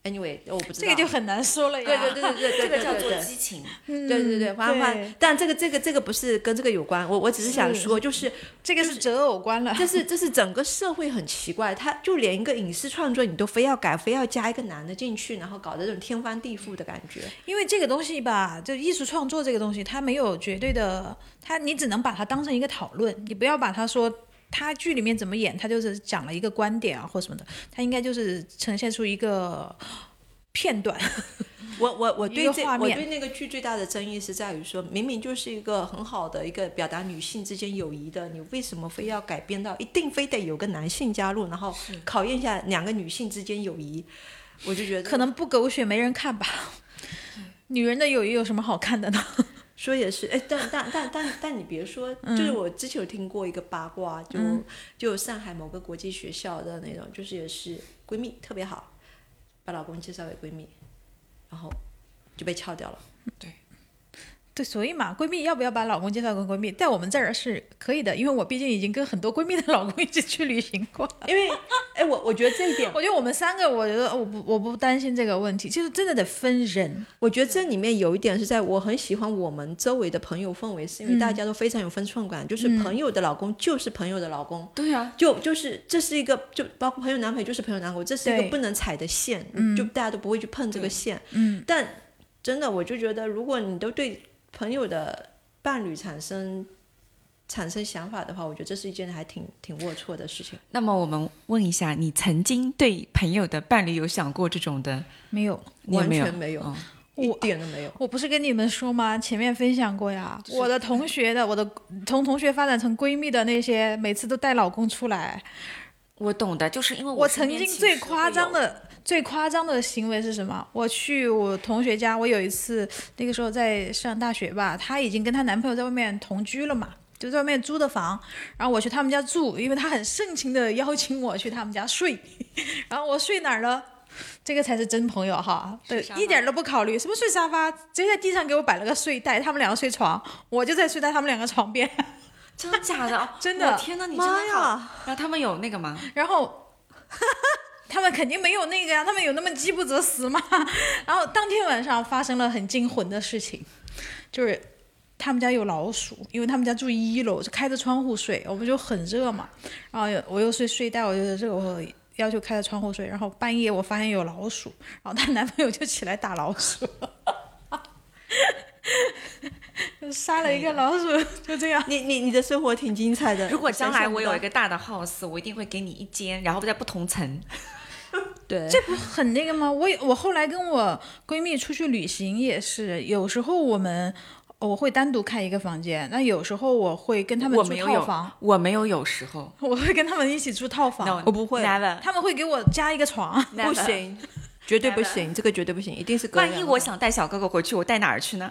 ，anyway，我不知这道，个就很难说了呀。嗯对对对对对，这个对叫对做对激情，嗯对对对对，反对反，但这个这个这个不是跟这个有关，我我只是想是说，就是这个是择偶观了。这是这是整个社会很奇怪，他就连一个影视创作你都非要改，非要加一个男的进去，然后搞得这种天翻地覆的感觉。因为这个东西吧，就艺术创作这个东西，它没有绝对的，它你只能把它当成一个讨论，你不要把它说它剧里面怎么演，它就是讲了一个观点啊或什么的，它应该就是呈现出一个片段。我我我一对个这画我面对那个剧最大的争议是在于说，明明就是一个很好的一个表达女性之间友谊的，你为什么非要改编到一定非得有个男性加入，然后考验一下两个女性之间友谊？我就觉得这个可能不狗血没人看吧。女人的友谊有什么好看的呢？ 说也是，哎，但但但但但你别说，就是我之前有听过一个八卦，就、就上海某个国际学校的那种，就是也是闺蜜特别好，把老公介绍给闺蜜，然后就被撬掉了。对，所以嘛，闺蜜要不要把老公介绍给闺蜜，在我们这儿是可以的，因为我毕竟已经跟很多闺蜜的老公一起去旅行过。 因为，哎，我我觉得这一点，我觉得我们三个，我觉得我不我不担心这个问题，就是真的得分人。我觉得这里面有一点是在我很喜欢我们周围的朋友氛围，是因为大家都非常有分寸感，就是朋友的老公就是朋友的老公，对啊，就就是这是一个，就包括朋友男朋友就是朋友男朋友，这是一个对不能踩的线，就大家都不会去碰这个线。嗯，但真的，我就觉得，如果你都对朋友的伴侣产生产生想法的话，我觉得这是一件还挺挺龌龊的事情。那么我们问一下，你曾经对朋友的伴侣有想过这种的？没有，你有没有完全没有嗯一点都没有。我不是跟你们说吗？前面分享过呀，我的同学的，我的从同学发展成闺蜜的那些，每次都带老公出来。我懂的，就是因为我身曾边经其实最夸张会有，的、最夸张的行为是什么？我去我同学家，我有一次那个时候在上大学吧，她已经跟她男朋友在外面同居了嘛。就在外面租的房，然后我去他们家住，因为她很盛情的邀请我去他们家睡， 然后我睡哪儿呢？这个才是真朋友哈，对沙，发一点都不考虑，什么睡沙发，直接在地上给我摆了个睡袋，他们两个睡床，我就在睡在他们两个床边，真的假的？真的我天哪， 你真的妈呀好！然后他们有那个吗？然后他们肯定没有那个呀、他们有那么饥不择食吗？ 然后当天晚上发生了很惊魂的事情，就是他们家有老鼠，因为他们家住一楼，就开着窗户睡，我不就很热嘛。然后我又睡睡袋，我就热，我要求开着窗户睡。然后半夜我发现有老鼠，然后她男朋友就起来打老鼠。 就杀了一个老鼠，就这样。你你你的生活挺精彩 的。如果将来我有一个个大的 house，我一定会给你一间，然后在不同层。对，这不很那个吗？我也我后来跟我闺蜜出去旅行也是，有时候我们哦我会单独开一个房间，那有时候我会跟他们我住没有套有房，，我没有有时候。我会跟他们一起住套房 No，我不会 Never，他们会给我加一个床。不行，绝对不行，这个绝对不行，一定是隔万两一个我想带小哥哥回去，我带哪儿去呢？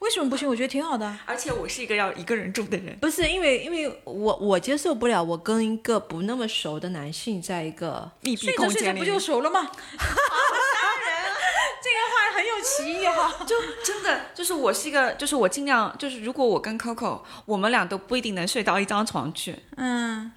为什么不行？我觉得挺好的啊。 而且我是一个要一个人住的人。不是因为因为我我接受不了我跟一个不那么熟的男性在一个密睡闭着空睡着间里不面，就熟了吗？当然， 这个话很有歧义 哈。就真的就是我是一个，就是我尽量就是，如果我跟 Coco，我们俩都不一定能睡到一张床去。嗯，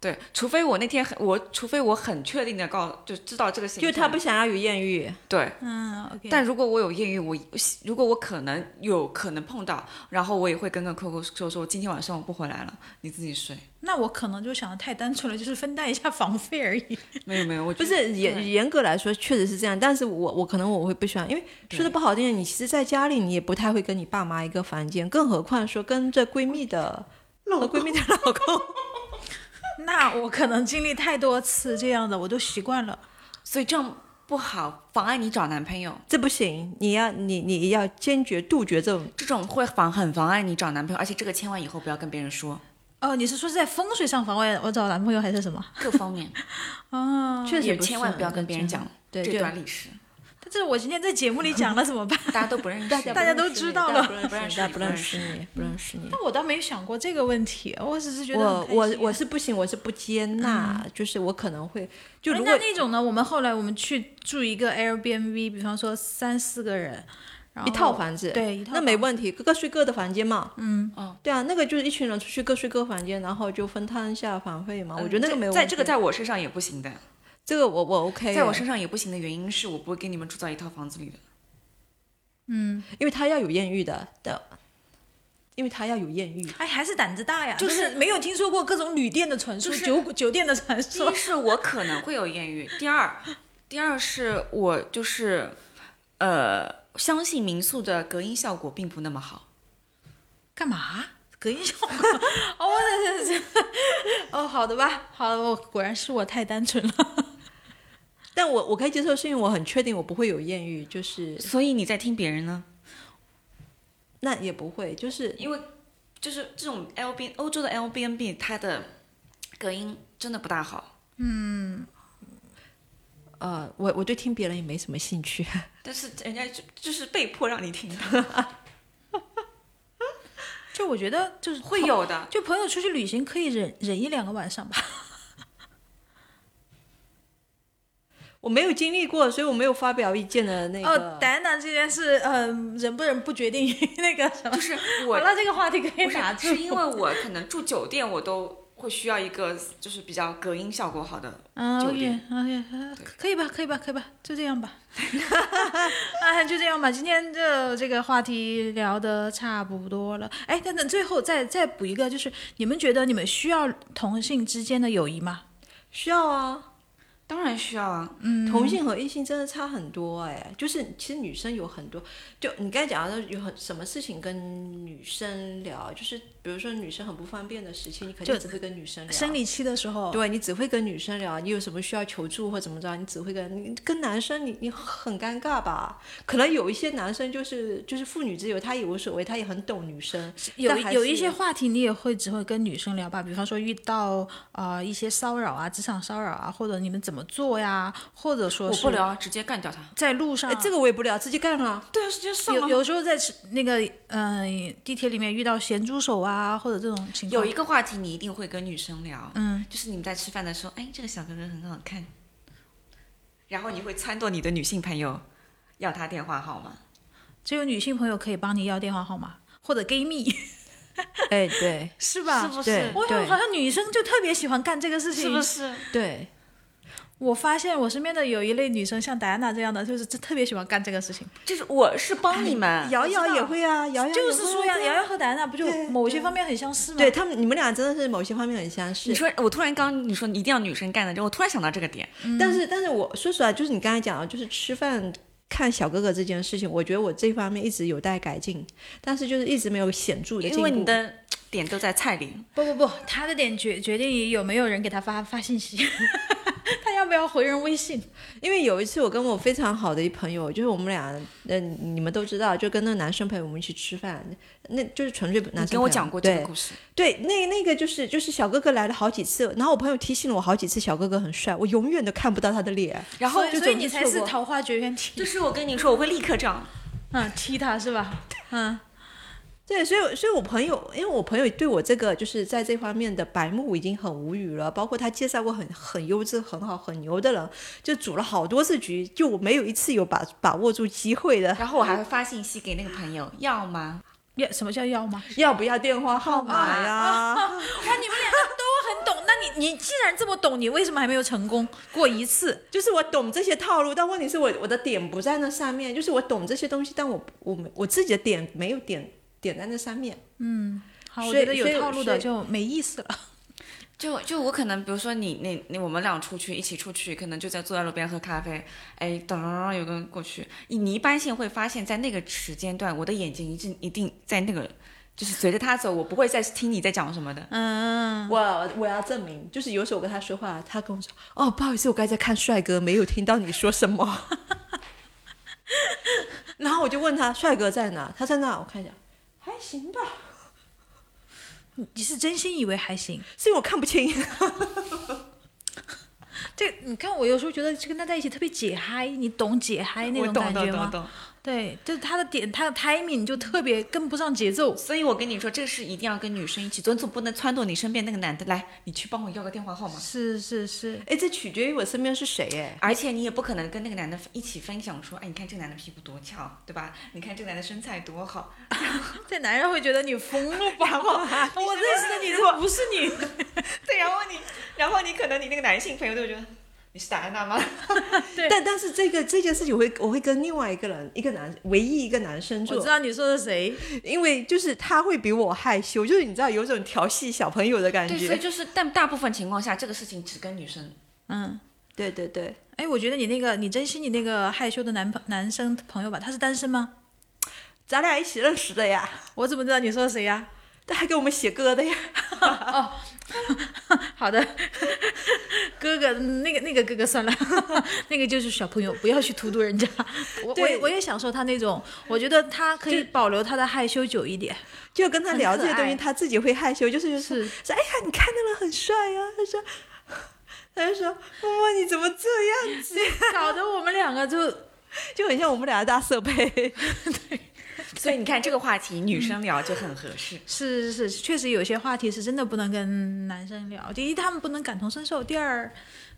对，除非我那天很我，除非我很确定的告就知道这个行就程，他不想要有艳遇，对。嗯，OK，但如果我有艳遇，我如果我可能有可能碰到，然后我也会跟个 Coco 说说，今天晚上我不回来了，你自己睡。那我可能就想的太单纯了，就是分担一下房费而已。 没有没有，我觉不得是严严格来说确实是这样，但是我我可能我会不喜欢，因为说的不好听点，你其实在家里你也不太会跟你爸妈一个房间，更何况说跟着闺蜜的和闺蜜的老公，那我可能经历太多次这样的，我都习惯了。所以这样不好，妨碍你找男朋友，这不行，你要你你要坚决杜绝这种，这种会妨很妨碍你找男朋友，而且这个千万以后不要跟别人说，哦，你是说是在风水上妨碍我找男朋友还是什么？各方 面哦，确实嗯也不是千万不要跟别人讲对这就段历史，但是我今天在节目里讲了怎么 办？大家都不认识，大家都知道了不认识你，不认识你，不认识你。啊那我倒没想过这个问题，我只是觉我得很开我心啊哎我是不行，我是不接纳，嗯就是我可能会就哎如那果那种呢？我们后来我们去住一个 Airbnb，比方说三四个人，然后一套房子，哦对，一套那没房问题，各各睡各的房间嘛。嗯，哦对啊，那个就是一群人出去各睡各房间，然后就分摊一下房费嘛。嗯我觉得那个这没有问题。哎在这个在我身上也不行的，这个我我 OK，在我身上也不行的原因是我不会跟你们住在一套房子里 的。因为他要有艳遇的的，因为他要有艳遇。哎，还是胆子大呀，就就是是没有听说过各种旅店的传说，就是酒酒店的传第说一。是我可能会有艳遇， 第二，第二是我就是，呃，相信民宿的隔音效果并不那么好。干嘛？隔音效果？哦，这这这， 哦，好的吧，好的，我果然是我太单纯了。但我我可以接受，是因为我很确定我不会有艳遇，就是所以你在听别人呢？那也不会，就是因为就是这种 L B 欧洲的 L B N B，它的隔音真的不大好。呃，我我对听别人也没什么兴趣。 但是人家就就是被迫让你听的，就我觉得就是会，有的。就朋友出去旅行可以忍忍一两个晚上吧。我没有经历过，所以我没有发表意见的那个。哦，胆胆这件事，嗯、忍不忍不决定于 那个什么。就是好 我了，这个话题可以不是打住。是因为我可能住酒店，我都会需要一个就是比较隔音效果好的啊酒，OK 店。 OK，可以嗯吧，可以吧，可以吧，就 这样吧。 哎，就这样吧，今天的这个话题聊得差不多了。哎，等等，最后再再补一个，就是你们觉得你们需要同性之间的友谊吗？需要啊，当然需要啊，嗯同性和异性真的差很多哎、就是其实女生有很多，就你刚才讲到有很什么事情跟女生聊，就是比如说女生很不方便的时期，你肯定就只会跟女生聊。生理期的时候，对你只会跟女生聊，你有什么需要求助或怎么着，你只会跟你跟男生你你很尴尬吧？可能有一些男生就是就是妇女之友，他也无所谓，他也很懂女生。有但还有是一些话题你也会只会跟女生聊吧，比方说遇到呃一些骚扰啊，职场骚扰啊，或者你们怎么做呀，或者说我是不聊，直接干掉他。在路上哎，这个我也不聊，直接干了。对啊，直接上有有时候在吃那个嗯、地铁里面遇到咸猪手啊，或者这种情况，有一个话题你一定会跟女生聊，嗯，就是你们在吃饭的时候，哎，这个小哥哥很好看，然后你会撺掇你的女性朋友要他电话号码。只有女性朋友可以帮你要电话号码，或者 gay 蜜哎，对是吧？是不对是？我对好像女生就特别喜欢干这个事情，是不？是？对，我发现我身边的有一类女生，像戴安娜这样的，就是特别喜欢干这个事情。就是我是帮你们，瑶瑶也会啊，瑶瑶就是说呀，瑶瑶瑶和戴安娜不就对某些方面很相似吗？对，他们，你们俩真的是某些方面很相似你。说我突然刚你说你一定要女生干的，这我突然想到这个点，但是，但是我说实话，就是你刚才讲的，就是吃饭看小哥哥这件事情，我觉得我这方面一直有待改进，但是就是一直没有显著的进因步。为你的点都在菜里， 不不不，他的点决决定于有没有人给他发发信息，他要不要回人微信。因为有一次我跟我非常好的一朋友，就是我们俩，嗯、你们都知道，就跟那个男生陪我们一起吃饭，那就是纯粹男生你陪跟我讲过这对个故事，对，那那个就是就是小哥哥来了好几次，然后我朋友提醒了我好几次，小哥哥很帅，我永远都看不到他的脸。然后所以就所以总你是才错是过桃花绝缘体就。是我跟你说，我会立刻这样。嗯，踢他是吧？嗯，对，所以所以我朋友，因为我朋友对我这个就是在这方面的白目已经很无语了，包括他介绍过很很优质、很好、很牛的人，就组了好多次局，就我没有一次有把把握住机会的。然后我还会发信息给那个朋友，要吗？要什么叫要吗？ 要不要电话号码啊呀？哇，你们俩都很懂。那你你既然这么懂，你为什么还没有成功过一次？就是我懂这些套路，但问题是我我的点不在那上面，就是我懂这些东西，但我我没我自己的点没有点点在那上面。好，啊我所以觉得有所以套路所的以就没意思了。就就我可能，比如说你你你我们俩出去一起出去，可能就在坐在路边喝咖啡，哎，噔，有个人过去，你你一般性会发现，在那个时间段，我的眼睛一定一定在那个，就是随着他走，我不会再听你在讲什么的。嗯，我我要证明，就是有时候我跟他说话，他跟我说：“哦，不好意思，我刚才在看帅哥，没有听到你说什么。” 然后我就问他：“帅哥在哪？”他在那，我看一下，还行吧，嗯你是真心以为还行？是因为我看不清。 这你看，我有时候觉得跟他在一起特别解嗨，你懂解嗨那我种懂感懂觉懂吗？懂。对，就是他的点，他的 timing 就特别跟不上节奏。所以我跟你说，这个事一定要跟女生一起做，总不能撺掇你身边那个男的来，你去帮我要个电话号码。是是是，哎，这取决于我身边是谁哎。而且你也不可能跟那个男的一起分享说，哎，你看这个男的屁股多翘，对吧？你看这个男的身材多 好，这男人会觉得你疯了吧？我认识的你都不是你。 对，然后你，然后你可能你那个男性朋友就会觉得你是达安娜吗？对但但是这个这件事情，我会我会跟另外一个人，一个男，唯一一个男生我做知，道你说的谁，因为就是他会比我害羞，就是你知道有种调戏小朋友的感对，所以觉。就是，但大部分情况下，这个事情只跟女生。嗯，对对对，哎，我觉得你那个，你珍惜你那个害羞的男朋男生朋友吧，他是单身吗？咱俩一起认识的呀，我怎么知道你说谁呀、他还给我们写歌的呀。好的， 哥哥，那个那个哥哥算了， 那个就是小朋友，不要去荼毒人家。我我也对我也享受他那种，我觉得他可以保留他的害羞久一点。就跟他聊这些东很可西，爱他自己会害羞，就是就是说，哎呀，你看那人很帅啊，他说， 他就说，妈妈你怎么这样子，搞得我们两个就就很像我们俩的大色胚。所以你看这个话题，女生聊就很合适。是是是，确实有些话题是真的不能跟男生聊。第一，他们不能感同身受；第二，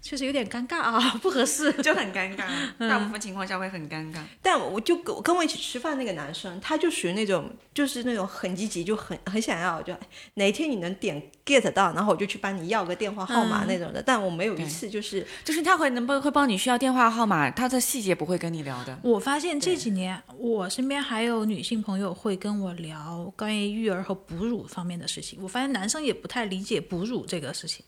确实有点尴尬啊， 不合适。就很尴尬，嗯大部分情况下会很尴尬。 但我就跟我跟我一起吃饭那个男生，他就属于那种，就是那种很积极，就很很想要，就哎哪天你能点 get 到，然后我就去帮你要个电话号嗯码那种的。但我没有一次就是，就是他会能不会帮你需要电话号码，他的细节不会跟你聊的。我发现这几年，我身边还有女性朋友会跟我聊关于育儿和哺乳方面的事情。我发现男生也不太理解哺乳这个事情。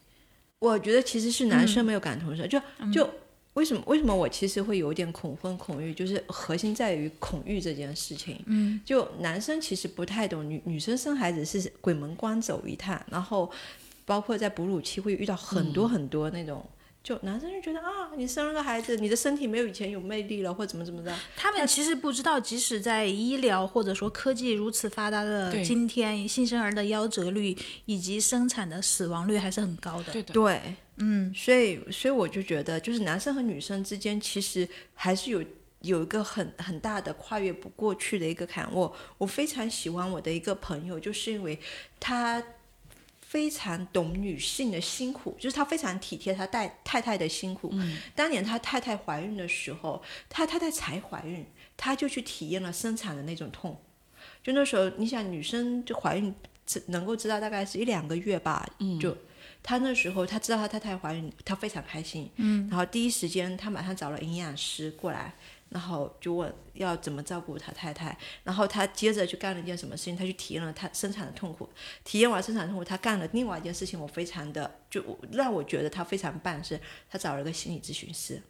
我觉得其实是男生没有感同身，受，就就。为什么？为什么我其实会有点恐婚恐育？就是核心在于恐育这件事情。嗯，就男生其实不太懂，女女生生孩子是鬼门关走一趟，然后包括在哺乳期会遇到很多很多那种，就男生就觉得啊，你生了个孩子，你的身体没有以前有魅力了，或怎么怎么的。他们其实不知道，即使在医疗或者说科技如此发达的对今天，新生儿的夭折率以及生产的死亡率还是很高的。的，对，嗯，所以所以我就觉得，就是男生和女生之间其实还是有有一个很很大的跨越不过去的一个坎。我我非常喜欢我的一个朋友，就是因为他非常懂女性的辛苦，就是他非常体贴他带太太的辛苦。当年他太太怀孕的时候，他太太才怀孕，他就去体验了生产的那种痛。就那时候，你想女生就怀孕，只能够知道大概是一两个月吧，就她那时候她知道她太太怀孕，她非常开心，嗯，然后第一时间她马上找了营养师过来，然后就问要怎么照顾她太太，然后她接着去干了一件什么事情，她去体验了她生产的痛苦，体验完生产痛苦，她干了另外一件事情，我非常的就我让我觉得她非常棒是，她找了个心理咨询师，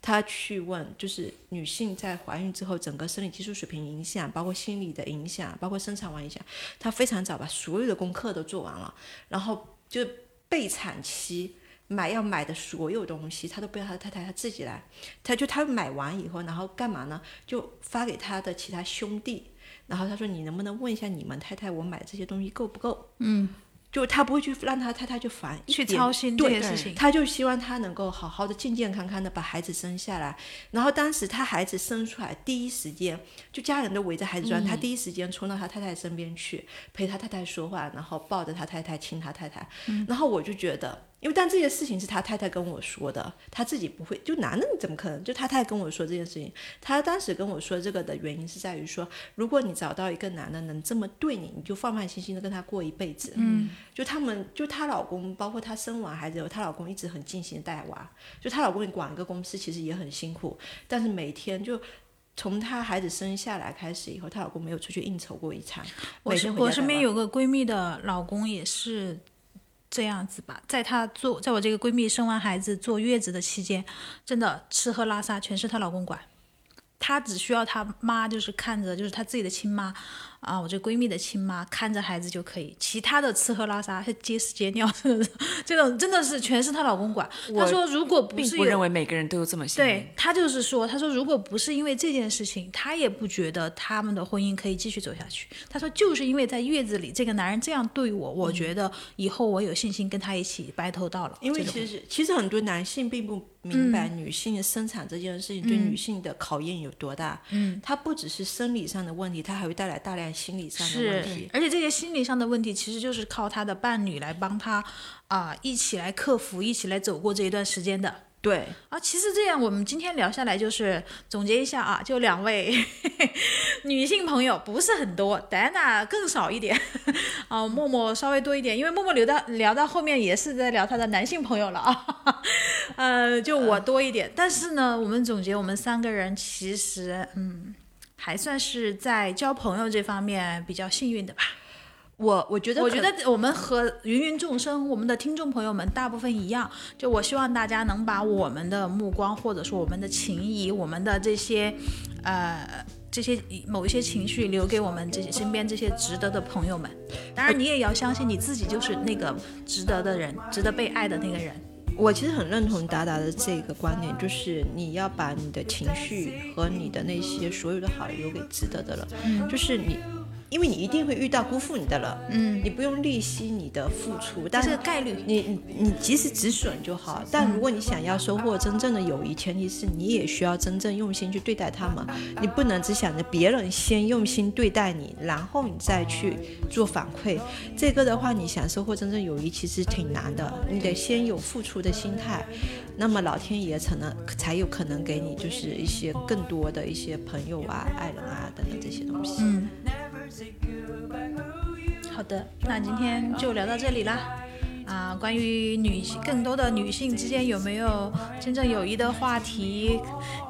他去问，就是女性在怀孕之后，整个生理激素水平影响，包括心理的影响，包括生产完影响，他非常早把所有的功课都做完了，然后就备产期买要买的所有东西，他都不要他太太，他自己来。他就他买完以后，然后干嘛呢？就发给他的其他兄弟，然后他说：“你能不能问一下你们太太，我买这些东西够不够？”嗯，就他不会去让他太太去烦，一去点操心这对些事情。他就希望他能够好好的、健健康康的把孩子生下来。然后当时他孩子生出来第一时间，就家人都围着孩子转，他第一时间冲到他太太身边去，陪他太太说话，然后抱着他太太亲他太太。然后我就觉得，因为但这些事情是他太太跟我说的，他自己不会。就男人怎么可能？就他太太跟我说这件事情，他当时跟我说这个的原因是在于说，如果你找到一个男的能这么对你，你就放放心心的跟他过一辈子。嗯，就他们，就她老公，包括她生完孩子以后，她老公一直很尽心地带娃。就她老公管一个公司其实也很辛苦，但是每天就。从她孩子生下来开始以后，她老公没有出去应酬过一场。我每是天回我家身带边娃有个闺蜜的老公也是这样子吧，在她做，在我这个闺蜜生完孩子坐月子的期间，真的吃喝拉撒全是她老公管，她只需要她妈就是看着，就是她自己的亲妈啊，我这闺蜜的亲妈看着孩子就可以，其他的吃喝拉撒、接屎接尿这种真的 是全是她老公管。她我说如果不并是不有认为每个人都有这么幸运嗯对。他就是说，他说如果不是因为这件事情，他也不觉得他们的婚姻可以继续走下去。他说就是因为在月子里这个男人这样对我，我觉得以后我有信心跟他一起白头到老。因为这种嗯其实其实很多男性并不明白女性的生产这件事情对女性的考验有多大。嗯，它不只是生理上的问题，它还会带来大量心理上的是问题，。而且这些心理上的问题，其实就是靠他的伴侣来帮他啊、一起来克服，一起来走过这一段时间的。对，啊，其实这样，我们今天聊下来就是总结一下啊，就两位 女性朋友不是很多戴安娜更少一点， 啊，默默稍微多一点，因为默默聊到聊到后面也是在聊她的男性朋友了啊， 呃，就我多一点。但是呢，我们总结，我们三个人其实嗯，还算是在交朋友这方面比较幸运的吧。我我觉得我可觉得我们和芸芸众生，我们的听众朋友们大部分一样，就我希望大家能把我们的目光，或者说我们的情谊，我们的这些，呃。这些某一些情绪留给我们这些身边这些值得的朋友们，当然你也要相信你自己就是那个值得的人，值得被爱的那个人。我其实很认同达达的这个观点，就是你要把你的情绪和你的那些所有的好留给值得的了，嗯就是你，因为你一定会遇到辜负你的了，嗯，你不用吝惜你的付出，但这是个概率你你你及时止损就好。但如果你想要收获真正的友谊，前提是你也需要真正用心去对待他们，你不能只想着别人先用心对待你，然后你再去做反馈。这个的话，你想收获真正友谊其实挺难的，你得先有付出的心态，那么老天爷才能才有可能给你就是一些更多的一些朋友啊、爱人啊等等这些东西。嗯，好的，那今天就聊到这里啦。啊，关于女性更多的女性之间有没有真正友谊的话题，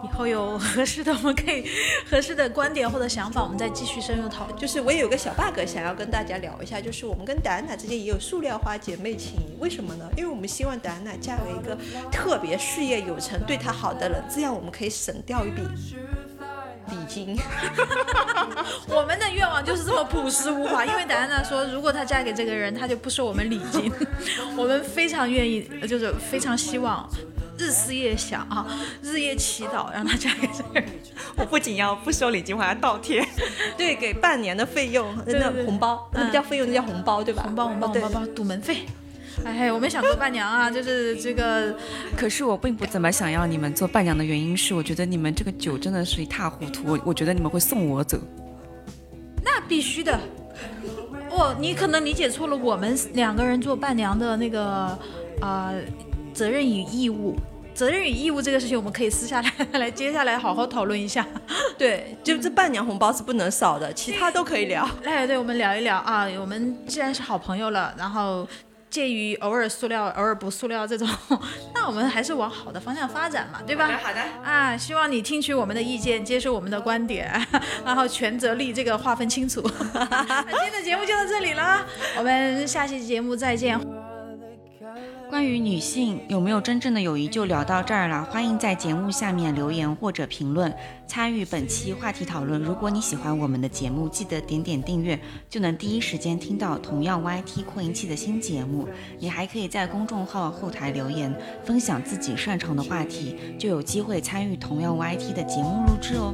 以后有合适的我们可以 合适的观点或者想法，我们再继续深入讨论。就是我也有个小 bug 想要跟大家聊一下，就是我们跟戴安娜之间也有塑料花姐妹情谊，为什么呢？因为我们希望戴安娜嫁给一个特别事业有成、对她好的人，这样我们可以省掉一 笔礼金。 我们的愿望就是这么朴实无华，因为戴安娜说，如果她嫁给这个人，她就不收我们礼金。 我们非常愿意，呃就是非常希望日思夜想啊，日夜祈祷让她嫁给这个人。 我不仅要不收礼金，我还要倒贴。对，给半年的费用，对那对嗯红包，那不叫费用，那叫红包，对吧？红包红包对红包包堵门费。哎，我们想做伴娘啊，就是这个， 可是我并不怎么想要你们做伴娘的原因是，我觉得你们这个酒真的是一塌糊涂，我我觉得你们会送我走。那必须的。哦，你可能理解错了，我们两个人做伴娘的那个啊、呃责任与义务，责任与义务这个事情，我们可以私下来 来接下来好好讨论一下。对，就这伴娘红包是不能少的，其他都可以聊。 来，哎对我们聊一聊啊，我们既然是好朋友了，然后介于偶尔塑料、偶尔不塑料这种，那我们还是往好的方向发展嘛，对吧？好的好啊，希望你听取我们的意见，接受我们的观点， 然后权责利这个划分清楚。 那今天的节目就到这里了，我们下期节目再见。 are the color 关于女性有没有真正的友谊，就聊到这儿了。欢迎在节目下面留言或者评论，参与本期话题讨论。如果你喜欢我们的节目，记得点点订阅，就能第一时间听到同样 YT 扩音器的新节目。你还可以在公众号后台留言，分享自己擅长的话题，就有机会参与同样 YT 的节目录制哦。